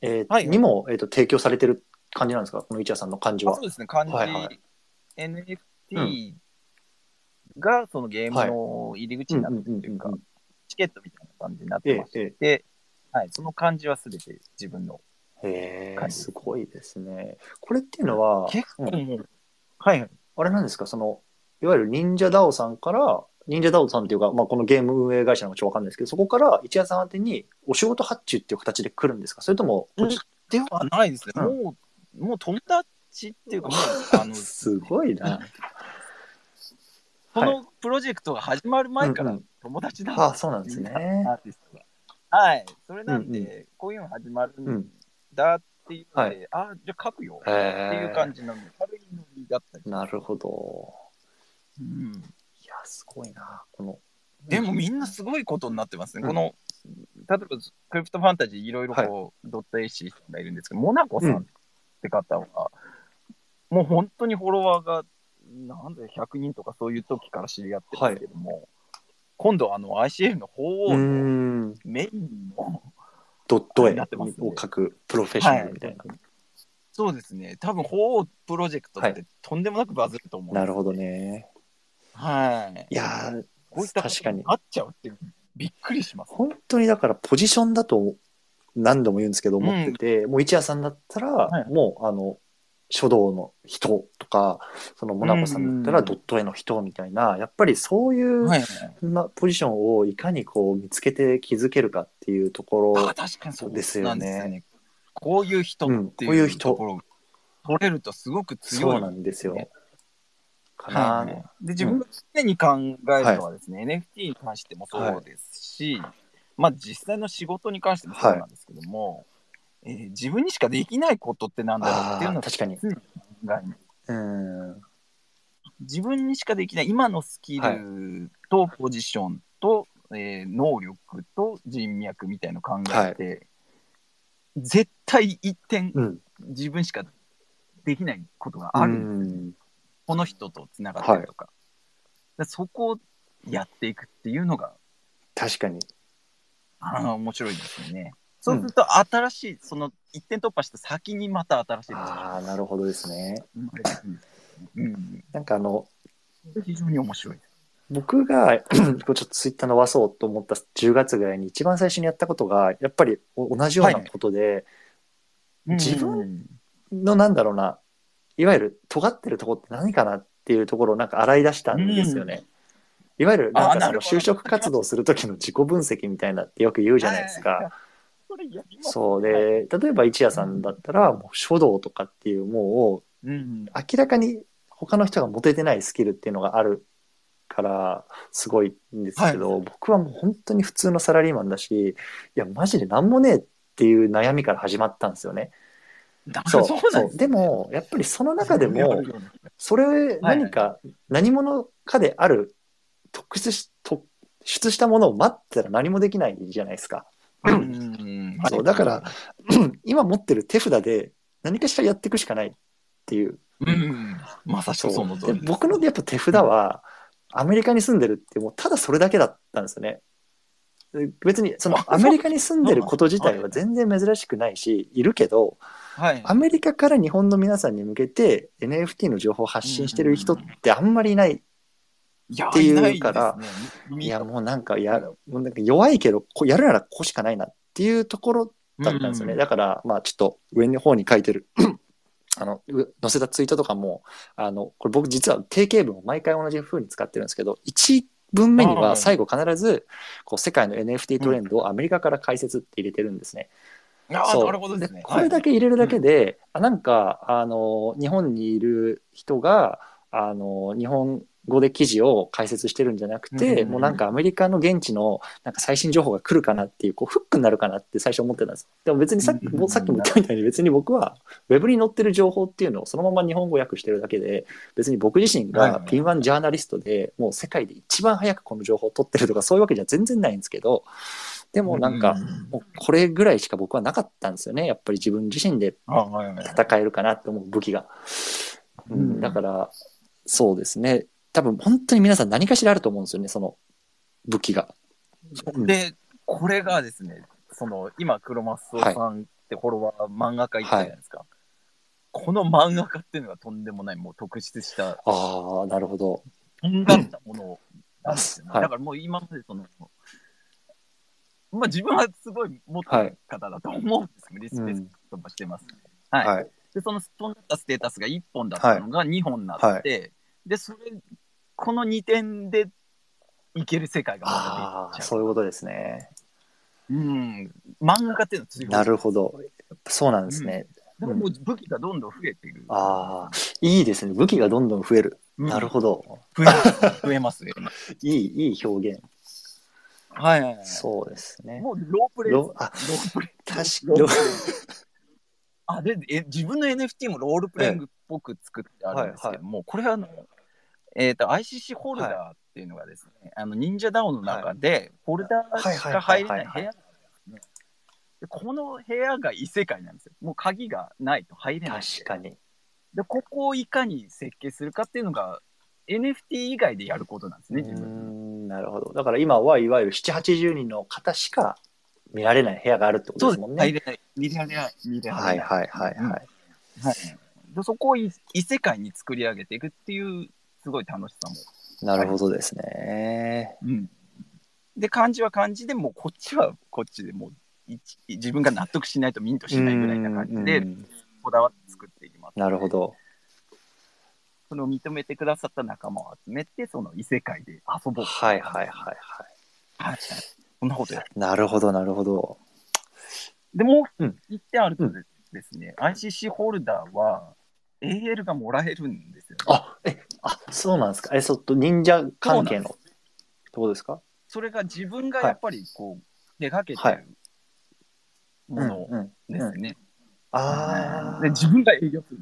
[SPEAKER 1] えー
[SPEAKER 2] はい
[SPEAKER 1] にも、えー、と提供されてる感じなんですか、この一夜さんの感じ
[SPEAKER 2] あ
[SPEAKER 1] は。
[SPEAKER 2] そうですね、漢字、
[SPEAKER 1] はいはい
[SPEAKER 2] NFT がそのゲームの入り口になってるというか、チケットみたいな感じになってまして、
[SPEAKER 1] え
[SPEAKER 2] はい、その漢字はすべて自分の。
[SPEAKER 1] へー
[SPEAKER 2] 感じ
[SPEAKER 1] すごいですね。これっていうのは、
[SPEAKER 2] 結構
[SPEAKER 1] うん
[SPEAKER 2] もう、はいはい。
[SPEAKER 1] あれなんですか、その、いわゆる忍者ダオさんから、忍者ダオさんっていうか、まあ、このゲーム運営会社なのかちょっとわかんないですけど、そこから一夜さん宛てにお仕事発注っていう形で来るんですか、それとも、
[SPEAKER 2] うんではないですね、
[SPEAKER 1] うん
[SPEAKER 2] もう、もう友達っていうか、も う、あの、そ
[SPEAKER 1] すごいな。
[SPEAKER 2] のプロジェクトが始まる前か
[SPEAKER 1] う
[SPEAKER 2] ら
[SPEAKER 1] んうん
[SPEAKER 2] 友達だ
[SPEAKER 1] あ、そうなんですね。
[SPEAKER 2] アーティストが。はい、それなんで、
[SPEAKER 1] うん
[SPEAKER 2] こういうの始まる
[SPEAKER 1] うんん
[SPEAKER 2] だっていうの
[SPEAKER 1] は
[SPEAKER 2] で、
[SPEAKER 1] い
[SPEAKER 2] あ、じゃあ書くよ。
[SPEAKER 1] へー
[SPEAKER 2] っていう感じの軽いノリだったり、
[SPEAKER 1] なるほど。
[SPEAKER 2] うん
[SPEAKER 1] いや、すごいな、この。
[SPEAKER 2] でもみんなすごいことになってますね、
[SPEAKER 1] うん
[SPEAKER 2] この例えばクリプトファンタジーいろいろこう、ドット AC さんがいるんですけどモナコさんって方は、もう本当にフォロワーがなんで100人とかそういう時から知り合ってるんですけども、今度あの ICL の法
[SPEAKER 1] う
[SPEAKER 2] 王の
[SPEAKER 1] ん。
[SPEAKER 2] メインの、
[SPEAKER 1] ドット絵
[SPEAKER 2] になってますね
[SPEAKER 1] を書くプロフェッショナルみたいな。
[SPEAKER 2] そうですね多分法王プロジェクトっ
[SPEAKER 1] は
[SPEAKER 2] てとんでもなくバズると思うんです
[SPEAKER 1] なるほどね。
[SPEAKER 2] はい
[SPEAKER 1] いやー
[SPEAKER 2] こういったこと
[SPEAKER 1] 確かに
[SPEAKER 2] あっちゃうっていうびっくりします
[SPEAKER 1] 本当にだからポジションだと何度も言うんですけど思ってて、もう一夜さんだったら、
[SPEAKER 2] はい
[SPEAKER 1] もうあの書道の人とか、そのモナコさんだったらドット絵の人みたいな、やっぱりそういう、
[SPEAKER 2] はい。
[SPEAKER 1] まあ、ポジションをいかにこう見つけて気づけるかっていうところ
[SPEAKER 2] あ、確かにそう
[SPEAKER 1] ですよね
[SPEAKER 2] なんよ。こういう人って
[SPEAKER 1] うんこう
[SPEAKER 2] い
[SPEAKER 1] いう
[SPEAKER 2] う
[SPEAKER 1] 人
[SPEAKER 2] ところを取れるとすごく強い。
[SPEAKER 1] そうなんですよ。
[SPEAKER 2] ね
[SPEAKER 1] かな、
[SPEAKER 2] はいで、自分が常に考えるのはですね、NFT に関してもそうですし、まあ実際の仕事に関してもそうなんですけども、えー自分にしかできないことってなんだろうっていうの
[SPEAKER 1] あ
[SPEAKER 2] を
[SPEAKER 1] ー確かに。
[SPEAKER 2] 常に考える
[SPEAKER 1] うん。
[SPEAKER 2] 自分にしかできない今のスキ
[SPEAKER 1] はい
[SPEAKER 2] ルとポジションと、えー能力と人脈みたいの考えて、絶対一点
[SPEAKER 1] うん。
[SPEAKER 2] 自分しかできないことがある、
[SPEAKER 1] うん
[SPEAKER 2] この人とつながってるとか,、そこをやっていくっていうのが
[SPEAKER 1] 確かに。
[SPEAKER 2] あー面白いですよね。そうすると新しい、その一点突破した先にまた新しいのが
[SPEAKER 1] ああ、なるほどですね。
[SPEAKER 2] 生まれてくるんですね、 うん
[SPEAKER 1] なんかあの、
[SPEAKER 2] うん、非常に面白いです。
[SPEAKER 1] 僕が こうちょっとツイッター伸ばそうと思った10月ぐらいに一番最初にやったことがやっぱりお同じようなことで、自分
[SPEAKER 2] うん
[SPEAKER 1] のなんだろうないわゆる尖ってるとこって何かなっていうところをなんか洗い出したんですよね。いわゆるなん
[SPEAKER 2] あ
[SPEAKER 1] か
[SPEAKER 2] な
[SPEAKER 1] そ
[SPEAKER 2] る
[SPEAKER 1] の
[SPEAKER 2] ほど
[SPEAKER 1] 就職活動する時の自己分析みたいなってよく言うじゃないです
[SPEAKER 2] はい
[SPEAKER 1] か。
[SPEAKER 2] それやります
[SPEAKER 1] そうで例えば一夜さんだったらもう書道とかっていうもう
[SPEAKER 2] うん
[SPEAKER 1] 明らかに他の人が持ててないスキルっていうのがあるからすごいんですけど、僕はもう本当に普通のサラリーマンだしいやマジで何もねえっていう悩みから始まったんですよね。
[SPEAKER 2] だ
[SPEAKER 1] そう
[SPEAKER 2] そう
[SPEAKER 1] そ
[SPEAKER 2] な
[SPEAKER 1] う
[SPEAKER 2] んです
[SPEAKER 1] でもやっぱりその中 でもそれ
[SPEAKER 2] はい
[SPEAKER 1] 何か何者かである特出し特出したものを待ってたら何もできないじゃないですか。
[SPEAKER 2] うん
[SPEAKER 1] そうだから、今持ってる手札で何かしらやっていくしかないっていう。
[SPEAKER 2] うん、まさしくその通
[SPEAKER 1] で
[SPEAKER 2] りです。
[SPEAKER 1] 僕のやっぱ手札はアメリカに住んでるってもうただそれだけだったんですよね。で別にその
[SPEAKER 2] あそう
[SPEAKER 1] アメリカに住んでること自体は全然珍しくないしいるけど
[SPEAKER 2] はい、
[SPEAKER 1] アメリカから日本の皆さんに向けて NFT の情報を発信してる人ってあんまりいない
[SPEAKER 2] っ
[SPEAKER 1] っていうから、
[SPEAKER 2] いないですね
[SPEAKER 1] いやもうなんかやもうなんか弱いけどこうやるならここしかないなっていうところだったんですよね。だから、まあ、ちょっと上の方に書いてる あのう載せたツイートとかもあのこれ僕実は定型文を毎回同じ風に使ってるんですけど1文目に
[SPEAKER 2] あ
[SPEAKER 1] は
[SPEAKER 2] あ
[SPEAKER 1] 最後必ずこう世界の NFT トレンドをアメリカから解説って入れてるんですね。
[SPEAKER 2] うんあ
[SPEAKER 1] そ
[SPEAKER 2] ー
[SPEAKER 1] う
[SPEAKER 2] なるほどですね。
[SPEAKER 1] でこれだけ
[SPEAKER 2] け、
[SPEAKER 1] 入れるだけで、あなんかあの日本にいる人があの日本語で記事を解説してるんじゃなく
[SPEAKER 2] うんうん
[SPEAKER 1] て、
[SPEAKER 2] うん
[SPEAKER 1] もうなんかアメリカの現地のなんか最新情報が来るかなっていうこうフックになるかなって最初思ってたんですでも別にさっき
[SPEAKER 2] うんうんうん
[SPEAKER 1] もさっきも言ったみたいに別に僕はウェブに載ってる情報っていうのをそのまま日本語訳してるだけで別に僕自身
[SPEAKER 2] はいは
[SPEAKER 1] が
[SPEAKER 2] い
[SPEAKER 1] 敏腕ジャーナリストでもう世界で一番早くこの情報を取ってるとかそういうわけじゃ全然ないんですけどでもなんか
[SPEAKER 2] う
[SPEAKER 1] もうこれぐらいしか僕はなかったんですよねやっぱり自分自身で
[SPEAKER 2] あはいはいはい
[SPEAKER 1] 戦えるかなって思う武器が、う、
[SPEAKER 2] うんん
[SPEAKER 1] だからそうですね多分本当に皆さん何かしらあると思うんですよねその武器が。うん
[SPEAKER 2] で、これがですね、その今、黒マスオさんってフォロワー、漫画家いたじゃないですか。この漫画家っていうのがとんでもない、もう特筆した、
[SPEAKER 1] ああなるほど。
[SPEAKER 2] とんがったものをなんですよね
[SPEAKER 1] はい
[SPEAKER 2] だからもう今までその、まあ自分はすごい持ってる方だと思うんですけど、リスペクトもしてます。はい。
[SPEAKER 1] はい。
[SPEAKER 2] で、そのとんがったステータスが1本だったのが2本になって、
[SPEAKER 1] はい
[SPEAKER 2] で、それ、この2点でいける世界が
[SPEAKER 1] あ
[SPEAKER 2] また
[SPEAKER 1] あ
[SPEAKER 2] できちゃ
[SPEAKER 1] そういうことですね。
[SPEAKER 2] う。うん。漫画家っていうのは強い。
[SPEAKER 1] なるほど。やっぱそうなんですね。
[SPEAKER 2] だからもう武器がどんどん増えている。
[SPEAKER 1] ああいいですね。武器がどんどん増える。
[SPEAKER 2] うん
[SPEAKER 1] なるほど。
[SPEAKER 2] 増えます。増えます。増えます
[SPEAKER 1] いいいい表現。
[SPEAKER 2] はいはいは い。
[SPEAKER 1] そうですね。
[SPEAKER 2] もうロープレイです。
[SPEAKER 1] ロあ
[SPEAKER 2] ロープレイ。
[SPEAKER 1] 確
[SPEAKER 2] ロ
[SPEAKER 1] か
[SPEAKER 2] ープレイあでえ自分の NFT もロールプレイングっぽく作ってあるんですけども、これはあの、えー、と ICC ホルダーっていうのがですね、あの忍者ダウンの中で、ホルダーしか入れない部
[SPEAKER 1] はいはいはいはい
[SPEAKER 2] 屋があるんですねでこの部屋が異世界なんですよ。もう鍵がないと入れない。
[SPEAKER 1] 確かに。
[SPEAKER 2] で、ここをいかに設計するかっていうのが、NFT 以外でやることなんですね、自
[SPEAKER 1] うー
[SPEAKER 2] 分。
[SPEAKER 1] んなるほど。だから今はいわゆる7、80人の方しか見られない部屋があるってことですもんね。
[SPEAKER 2] 入れない。見られない。見られな。
[SPEAKER 1] はいいはいはいはい。
[SPEAKER 2] はい、でそこをい異世界に作り上げていくっていう、すごい楽しさも。
[SPEAKER 1] なるほどですね。
[SPEAKER 2] うん、で、漢字は漢字でもう、こっちはこっちでもう、い自分が納得しないとミントしないぐらいな感じで、
[SPEAKER 1] うん
[SPEAKER 2] ここだわって作っていきます、
[SPEAKER 1] なるほ。ど。
[SPEAKER 2] その認めてくださった仲間を集めて、その異世界で遊ぼう。
[SPEAKER 1] はいはいはいは
[SPEAKER 2] はい。そんなことや
[SPEAKER 1] い。なるほどなるほど。
[SPEAKER 2] でも
[SPEAKER 1] うん、
[SPEAKER 2] 一点あるとでですね、ICC ホルダーは AL がもらえるんですよ、ね。
[SPEAKER 1] あえあそうなんですか。えそっと忍者関係の
[SPEAKER 2] そうなん
[SPEAKER 1] ってことですか。
[SPEAKER 2] それが自分がやっぱりこう、出かけてるもの
[SPEAKER 1] うん
[SPEAKER 2] ですね。
[SPEAKER 1] あ
[SPEAKER 2] で、自分が営業する。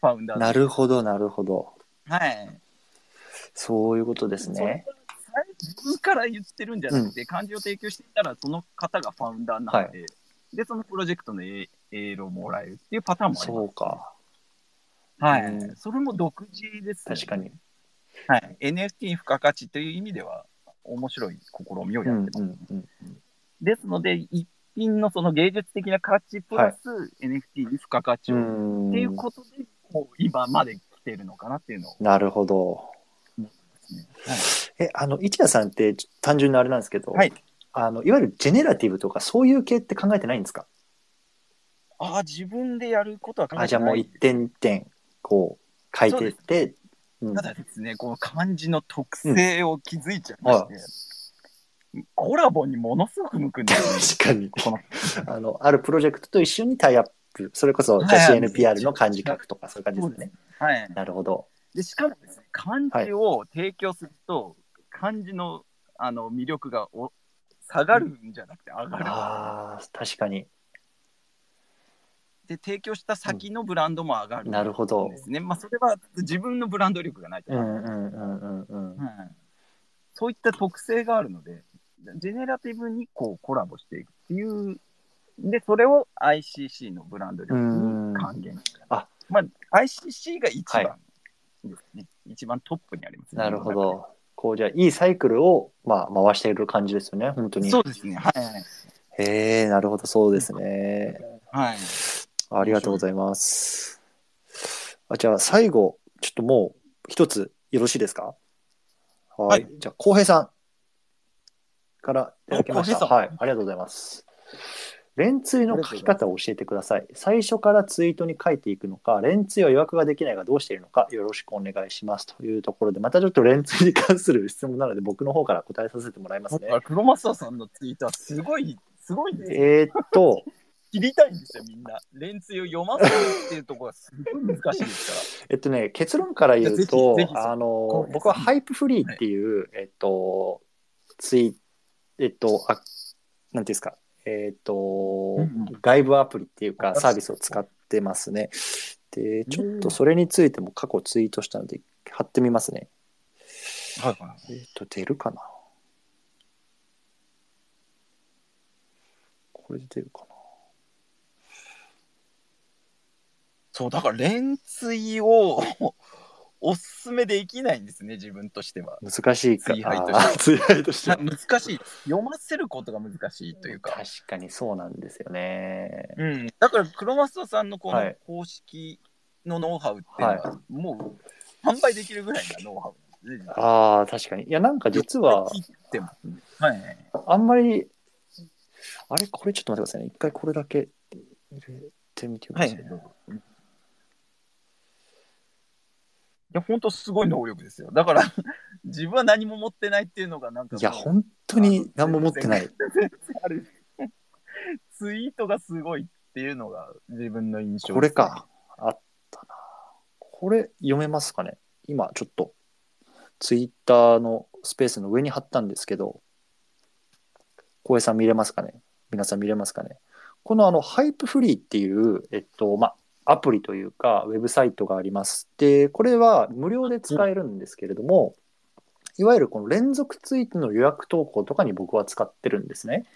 [SPEAKER 2] ファウンダ
[SPEAKER 1] あ
[SPEAKER 2] ー
[SPEAKER 1] なるほどなるほど。
[SPEAKER 2] ど。はい。
[SPEAKER 1] そういうことです
[SPEAKER 2] それ
[SPEAKER 1] ね。
[SPEAKER 2] が自分から言ってるんじゃなくて、漢字を提供していたら、その方がファウンダーなので、で、そのプロジェクトのエールをもらえるっていうパターンもあり
[SPEAKER 1] そうか。
[SPEAKER 2] ます。
[SPEAKER 1] うん
[SPEAKER 2] はい。それも独自です、ね。
[SPEAKER 1] 確かに。
[SPEAKER 2] はい。NFT 付加価値という意味では、面白い試みを
[SPEAKER 1] う
[SPEAKER 2] やっ
[SPEAKER 1] ん
[SPEAKER 2] てます。
[SPEAKER 1] うんうん。
[SPEAKER 2] ですので、一品のその芸術的な価値プラス、NFT に付加価値を、
[SPEAKER 1] うん
[SPEAKER 2] っていうことで、こう今まで来てるのかなっていうのを、
[SPEAKER 1] なるほど。
[SPEAKER 2] ね
[SPEAKER 1] え、あの、市谷さんってちょ単純なあれなんですけど、
[SPEAKER 2] はい
[SPEAKER 1] あの、いわゆるジェネラティブとかそういう系って考えてないんですか
[SPEAKER 2] ああ、自分でやることは考えてない
[SPEAKER 1] あ、じゃあもう一点一点、こう、書いてって、うん
[SPEAKER 2] ただですね、この漢字の特性を気づいちゃいまして、コラボにものすごく向くんですよね。
[SPEAKER 1] 確かに、
[SPEAKER 2] この
[SPEAKER 1] あの、あるプロジェクトと一緒にタイアップ、それこそ、じゃあ
[SPEAKER 2] はいはい
[SPEAKER 1] CNPR の漢字書くとか、そういう感じですね。
[SPEAKER 2] はい、
[SPEAKER 1] なるほど。
[SPEAKER 2] でしかもですね、漢字を提供すると、漢字のあの魅力がお下がるんじゃなくて上がる。
[SPEAKER 1] ああ、確かに。
[SPEAKER 2] で、提供した先のブランドも上がる、
[SPEAKER 1] なるほど。
[SPEAKER 2] ですね。まあ、それは自分のブランド力がないと
[SPEAKER 1] う。んうんうんうんうん。
[SPEAKER 2] はいそういった特性があるので、ジェネラティブにこうコラボしていくっていう、で、それを ICC のブランド力に還元。
[SPEAKER 1] あ
[SPEAKER 2] まあ、ICC が一番ですね、一番トップにあります、
[SPEAKER 1] なるほど。こう、じゃあ、いいサイクルを、まあ、回している感じですよね、本当に。
[SPEAKER 2] そうですね。はいはい
[SPEAKER 1] へえ、なるほど、そうですね。
[SPEAKER 2] はい。
[SPEAKER 1] ありがとうございます。あじゃあ、最後、ちょっともう、一つ、よろしいですかは。
[SPEAKER 2] はいい
[SPEAKER 1] じゃあ、浩平さんからいただきまし
[SPEAKER 2] お
[SPEAKER 1] た。
[SPEAKER 2] 浩平さん
[SPEAKER 1] はい、ありがとうございます。連追の書き方を教えてください。最初からツイートに書いていくのか、連追は予約ができないがどうしているのか、よろしくお願いしますというところで、またちょっと連追に関する質問なので、僕の方から答えさせてもらいますね。
[SPEAKER 2] 黒マサさんのツイートはすごい、すごいですよ。
[SPEAKER 1] えーっと、
[SPEAKER 2] 切りたいんですよ、みんな。連追を読ませるっていうところがすごい難しいですから。
[SPEAKER 1] えっとね、結論から言うと
[SPEAKER 2] ぜひぜ、ひ
[SPEAKER 1] あ
[SPEAKER 2] こ
[SPEAKER 1] の
[SPEAKER 2] う、
[SPEAKER 1] 僕はハイプフリーっていう、えっと、ツイ、えっと、あ、なんていうんですか、えっと、
[SPEAKER 2] んう
[SPEAKER 1] 外部アプリっていう
[SPEAKER 2] あ
[SPEAKER 1] か、サービスを使ってますね。で、ちょっ
[SPEAKER 2] う
[SPEAKER 1] と
[SPEAKER 2] ん
[SPEAKER 1] それについても過去ツイートしたので、貼ってみますね。
[SPEAKER 2] はいはい。
[SPEAKER 1] えっと、出るかなこれで出るかな
[SPEAKER 2] そう、だから、連追を おすすめできないんですね、自分としては。
[SPEAKER 1] 難しいか。
[SPEAKER 2] ツイハイとして
[SPEAKER 1] あーツイハイとしては。
[SPEAKER 2] 難しい。読ませることが難しいというか。
[SPEAKER 1] 確かにそうなんですよね。
[SPEAKER 2] うん、だから、黒マスターさんのこ
[SPEAKER 1] は
[SPEAKER 2] の
[SPEAKER 1] い
[SPEAKER 2] 公式のノウハウっていうのは、もう販売できるぐらいのノウハウなんですね。
[SPEAKER 1] ああ、確かに。いや、なんか実は、
[SPEAKER 2] 切ってますね。はいはいはい。
[SPEAKER 1] あんまり、あれ、これちょっと待ってくださいね。一回これだけ入れてみてくだ
[SPEAKER 2] は
[SPEAKER 1] さ
[SPEAKER 2] い
[SPEAKER 1] い、
[SPEAKER 2] はい
[SPEAKER 1] ね。
[SPEAKER 2] いや、本当すごい能力ですよ。だから、自分は何も持ってないっていうのが、なんかもう、
[SPEAKER 1] いや、本当に何も持ってない。
[SPEAKER 2] あるツイートがすごいっていうのが自分の印象ですね
[SPEAKER 1] これか。あったな。これ読めますかね今、ちょっと、ツイッターのスペースの上に貼ったんですけど、浩平さん見れますかね皆さん見れますかねこのあの、ハイプフリーっていう、えっと、まあ、アプリというか、ウェブサイトがあります。で、これは無料で使えるんですけれども、いわゆるこの連続ツイートの予約投稿とかに僕は使ってるんですね。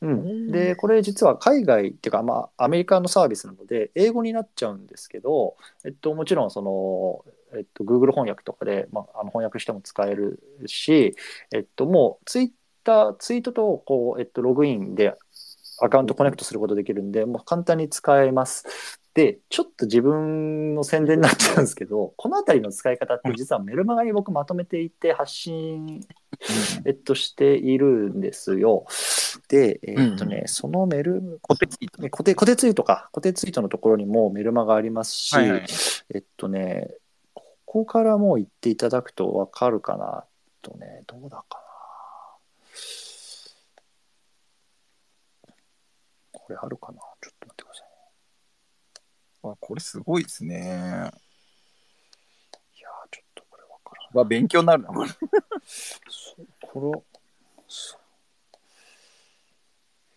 [SPEAKER 1] う、
[SPEAKER 2] うんん
[SPEAKER 1] でこれ実は海外っていうか、まあ、アメリカのサービスなので英語になっちゃうんですけど、えっと、もちろんその、えっと、Google 翻訳とかで、まあ、あの翻訳しても使えるし、えっと、もうツイッターツイートとこう、えっと、ログインでアカウントコネクトすることできるんで、もう簡単に使えます。で、ちょっと自分の宣伝になっちゃうんですけど、このあたりの使い方って実はメルマガに僕まとめていて発信えっと、しているんですよ。で、えっとね、
[SPEAKER 2] う
[SPEAKER 1] そのメル、
[SPEAKER 2] コテツイート。
[SPEAKER 1] 固定固定ツイートか、固定ツイートのところにもメルマがありますし、
[SPEAKER 2] はいはい
[SPEAKER 1] えっとね、ここからもう行っていただくとわかるかな。えっとね、どうだかな。これあるかな。ちょっと待ってください。
[SPEAKER 2] あこれすごいですね。
[SPEAKER 1] いやーちょっとこれわからん。
[SPEAKER 2] まあ、勉強になるな、これ。
[SPEAKER 1] そうこれ、そう。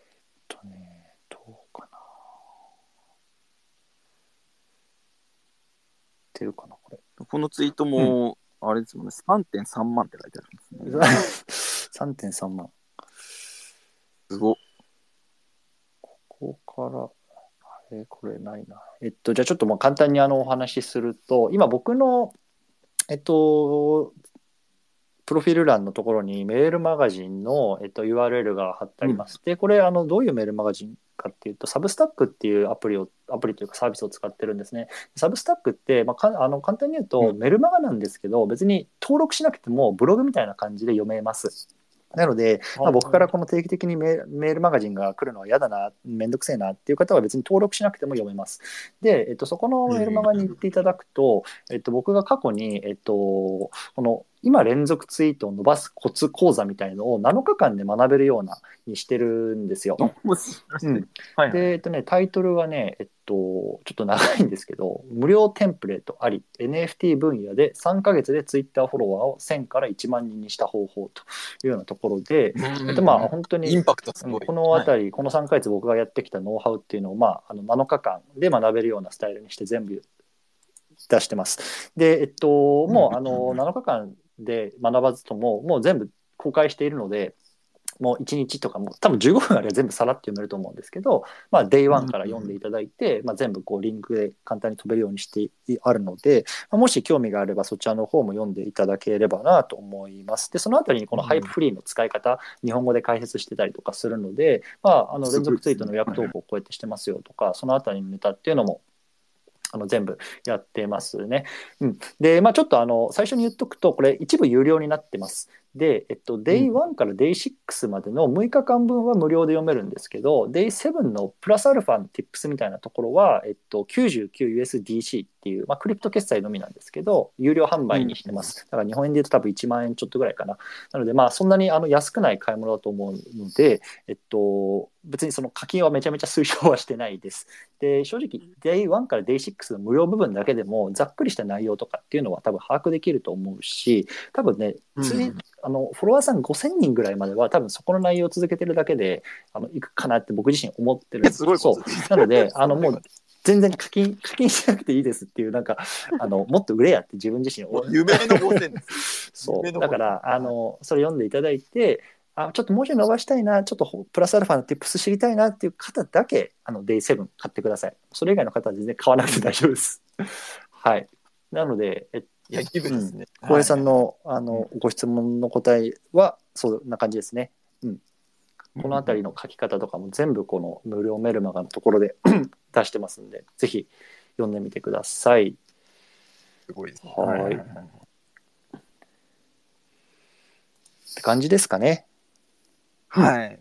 [SPEAKER 1] えっとね、どうかな。出るかな、これ。
[SPEAKER 2] このツイートも、あれですもんね、3.3万って書いてあるんで すね。
[SPEAKER 1] 3.3万。
[SPEAKER 2] すごっ。
[SPEAKER 1] ここから、あれ、これないな。えっと、じゃあちょっともう簡単にあのお話しすると、今僕の、えっと、プロフィール欄のところにメールマガジンの、えっと、URL が貼ってありまして、これあのどういうメールマガジンかっていうとサブスタックっていうアプリをアプリというかサービスを使ってるんですねサブスタックって、まあ、かあの簡単に言うと
[SPEAKER 2] うん
[SPEAKER 1] メルマガなんですけど、別に登録しなくてもブログみたいな感じで読めますなので、まあ、僕からこの定期的にメールメールマガジンが来るのは嫌だな、めんどくせえなっていう方は別に登録しなくても読めます。で、えっと、そこのメールマガに行っていただくと、えっと、僕が過去に、えっと、この今連続ツイートを伸ばすコツ講座みたいのを7日間で学べるようなにしてるんですよ。
[SPEAKER 2] 面白い
[SPEAKER 1] うん
[SPEAKER 2] はいはい。
[SPEAKER 1] で、えっとね、タイトルはね、えっと、ちょっと長いんですけど、無料テンプレートあり、NFT 分野で3ヶ月で Twitter フォロワーを1000から1万人にした方法というようなところで、えっと、まあ、本当に
[SPEAKER 2] インパクトすごい。
[SPEAKER 1] この辺り、この3ヶ月僕がやってきたノウハウっていうのを、まあ、あの7日間で学べるようなスタイルにして全部出してます。で、えっと、もうあの
[SPEAKER 2] うん
[SPEAKER 1] 7日間で学ばずとも、もう全部公開しているので、もう1日とかもう多分15分あれば全部さらって読めると思うんですけど、まあ、デイワンから読んでいただいて、まあ、全部こうリンクで簡単に飛べるようにしてあるので、まあもし興味があればそちらの方も読んでいただければなと思います。で、そのあたりにこのハイプフリーの使い方、日本語で解説してたりとかするので、まあ、あの連続ツイートの予約投稿をこうやってしてますよとか、そのあたりのネタっていうのもあの全部やってますね。うん、で、まあ、ちょっとあの最初に言っとくと、これ一部有料になってます。で、えっと、デイ1からデイ6までの6日間分は無料で読めるんですけど、デイ7のプラスアルファの tips みたいなところは、えっと、99USDC っていう、まあ、クリプト決済のみなんですけど、有料販売にしてます。だから日本円で言うと多分1万円ちょっとぐらいかな。なので、まあ、そんなにあの安くない買い物だと思うので、えっと、別にその課金はめちゃめちゃ推奨はしてないです。で正直 Day1 から Day6 の無料部分だけでもざっくりした内容とかっていうのは多分把握できると思うし多分ねツイ
[SPEAKER 2] うん
[SPEAKER 1] あのフォロワーさん5000人ぐらいまでは多分そこの内容を続けてるだけであのいくかなって僕自身思ってるんです
[SPEAKER 2] すごい
[SPEAKER 1] そ
[SPEAKER 2] こ
[SPEAKER 1] うな
[SPEAKER 2] と。
[SPEAKER 1] の で、あの、もう、全然課金、課金しなくていいですっていう、なんか、あの、もっと売れやって自分自身を
[SPEAKER 2] 夢の5点です。
[SPEAKER 1] そう。
[SPEAKER 2] 夢の
[SPEAKER 1] だから、あの、それ読んでいただいて、あちょっと文字伸ばしたいな、ちょっとほプラスアルファの tips 知りたいなっていう方だけ、あの、Day7 買ってください。それ以外の方は全然買わなくて大丈夫です。 はい。なので、えっと
[SPEAKER 2] いや、気分ですね。
[SPEAKER 1] 浩平さんの,、あのご質問の答えはそんな感じですね。うん、この辺りの書き方とかも全部この無料メルマガのところで 出してますんでぜひ読んでみてください。
[SPEAKER 2] すごいですね。
[SPEAKER 1] はいって感じですかね。
[SPEAKER 2] はい。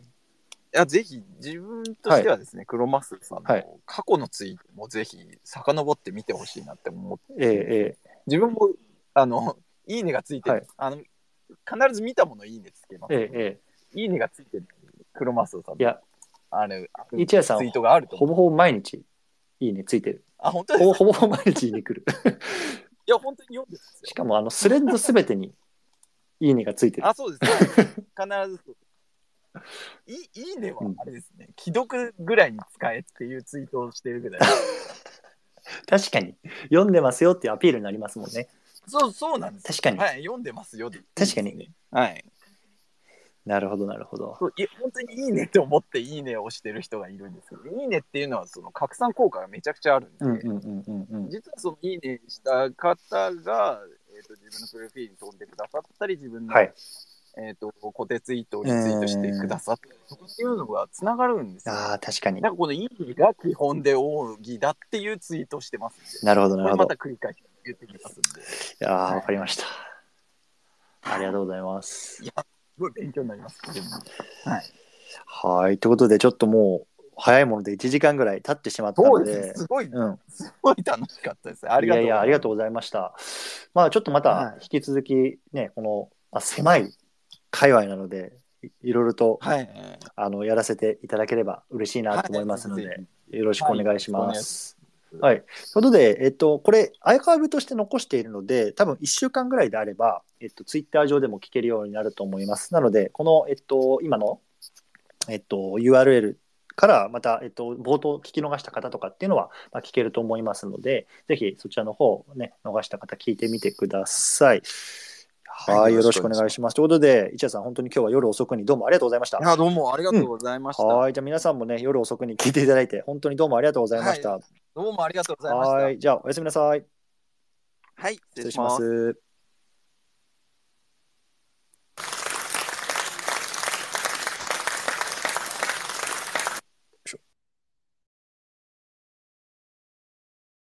[SPEAKER 2] いや、ぜひ、自分としてはですね、クロマスさん
[SPEAKER 1] はい
[SPEAKER 2] の過去のツイートもぜひ、遡って見てほしいなって思って、
[SPEAKER 1] えええ
[SPEAKER 2] 自分も、あの、いいねがついてる、
[SPEAKER 1] はい
[SPEAKER 2] あの、必ず見たものいいねつけま
[SPEAKER 1] え
[SPEAKER 2] す。
[SPEAKER 1] えええ
[SPEAKER 2] いいねがついてる、クロマスさん
[SPEAKER 1] いや
[SPEAKER 2] あれ、あの
[SPEAKER 1] 一夜さん
[SPEAKER 2] ツイートがあると
[SPEAKER 1] ほ
[SPEAKER 2] 思う。
[SPEAKER 1] ぼほぼ毎日いいねついてる。
[SPEAKER 2] あ、本当です
[SPEAKER 1] ほ
[SPEAKER 2] か
[SPEAKER 1] ぼほぼほぼ毎日いいね来る。
[SPEAKER 2] いや、本当に読んでます
[SPEAKER 1] し
[SPEAKER 2] よ。
[SPEAKER 1] かもあのスレッドすべてにいいねがついてる。
[SPEAKER 2] あ、そうです、ね。 必ずそういい。いいねは
[SPEAKER 1] うん
[SPEAKER 2] あれですね、既読ぐらいに使えっていうツイートをしてるぐらい。
[SPEAKER 1] 確かに読んでますよっていうアピールになりますもんね。
[SPEAKER 2] そう、そうなんですよ。
[SPEAKER 1] 確かに
[SPEAKER 2] はい、読んでますよでいいです
[SPEAKER 1] 確か
[SPEAKER 2] ね、
[SPEAKER 1] に。
[SPEAKER 2] はい。
[SPEAKER 1] なるほどなるほど。
[SPEAKER 2] そうい本当にいいねって思っていいねを押してる人がいるんですけど、いいねっていうのはその拡散効果がめちゃくちゃあるんで、
[SPEAKER 1] うんうんうんうんうん。
[SPEAKER 2] 実はそのいいねした方が、えー、と自分のプロフィールに飛んでくださったり、自分の、
[SPEAKER 1] はい。
[SPEAKER 2] えー、と固定ツイートをリツイートしてくださったりとかっていうのがつながるんですよ。
[SPEAKER 1] ああ確かに
[SPEAKER 2] な。んかこのいいねが基本で奥義だっていうツイートをしてますんで、
[SPEAKER 1] なるほど
[SPEAKER 2] こ
[SPEAKER 1] なる
[SPEAKER 2] れ
[SPEAKER 1] ほど
[SPEAKER 2] また。繰り返し言ってきますんで。
[SPEAKER 1] いやーわかりました。ありがとうございます。
[SPEAKER 2] すごい勉強になります。自分も
[SPEAKER 1] はい。ということで、ちょっともう、早いもので1時間ぐらい経ってしまった
[SPEAKER 2] そ
[SPEAKER 1] の
[SPEAKER 2] うですね
[SPEAKER 1] で、
[SPEAKER 2] すごい、
[SPEAKER 1] うん。
[SPEAKER 2] すごい楽しかったです。あ
[SPEAKER 1] い
[SPEAKER 2] りが
[SPEAKER 1] やいや、
[SPEAKER 2] とうございます。
[SPEAKER 1] ありがとうございました。まあ、ちょっとま
[SPEAKER 2] は
[SPEAKER 1] た
[SPEAKER 2] い
[SPEAKER 1] 引き続き、ね、この、まあ、狭い界隈なので、いいろいろと、
[SPEAKER 2] はい。
[SPEAKER 1] あの、やらせていただければ嬉しいなと思いますので、
[SPEAKER 2] はい
[SPEAKER 1] よろしくお願いします。
[SPEAKER 2] は
[SPEAKER 1] はい。ということで、えっと、これ、アーカイブとして残しているので、多分1週間ぐらいであれば、えっと、ツイッター上でも聞けるようになると思います。なので、この、えっと、今の、えっと、URL から、また、えっと、冒頭聞き逃した方とかっていうのは、まあ、聞けると思いますので、ぜひそちらの方、ね、逃した方、聞いてみてください。はい、
[SPEAKER 2] はい
[SPEAKER 1] よろしくお願いします。ということで、一夜さん、本当に今日は夜遅くにどうもありがとうございました。
[SPEAKER 2] いや、どうもありがとうございました。
[SPEAKER 1] はい、じゃあ皆さんもね、夜遅くに聞いていただいて、本当にどうもありがとうございました。
[SPEAKER 2] どうもありがとうございました。
[SPEAKER 1] はい、じゃあおやすみなさい。
[SPEAKER 2] はい、失
[SPEAKER 1] 失
[SPEAKER 2] 礼
[SPEAKER 1] 礼
[SPEAKER 2] し
[SPEAKER 1] し
[SPEAKER 2] ま。
[SPEAKER 1] ますす。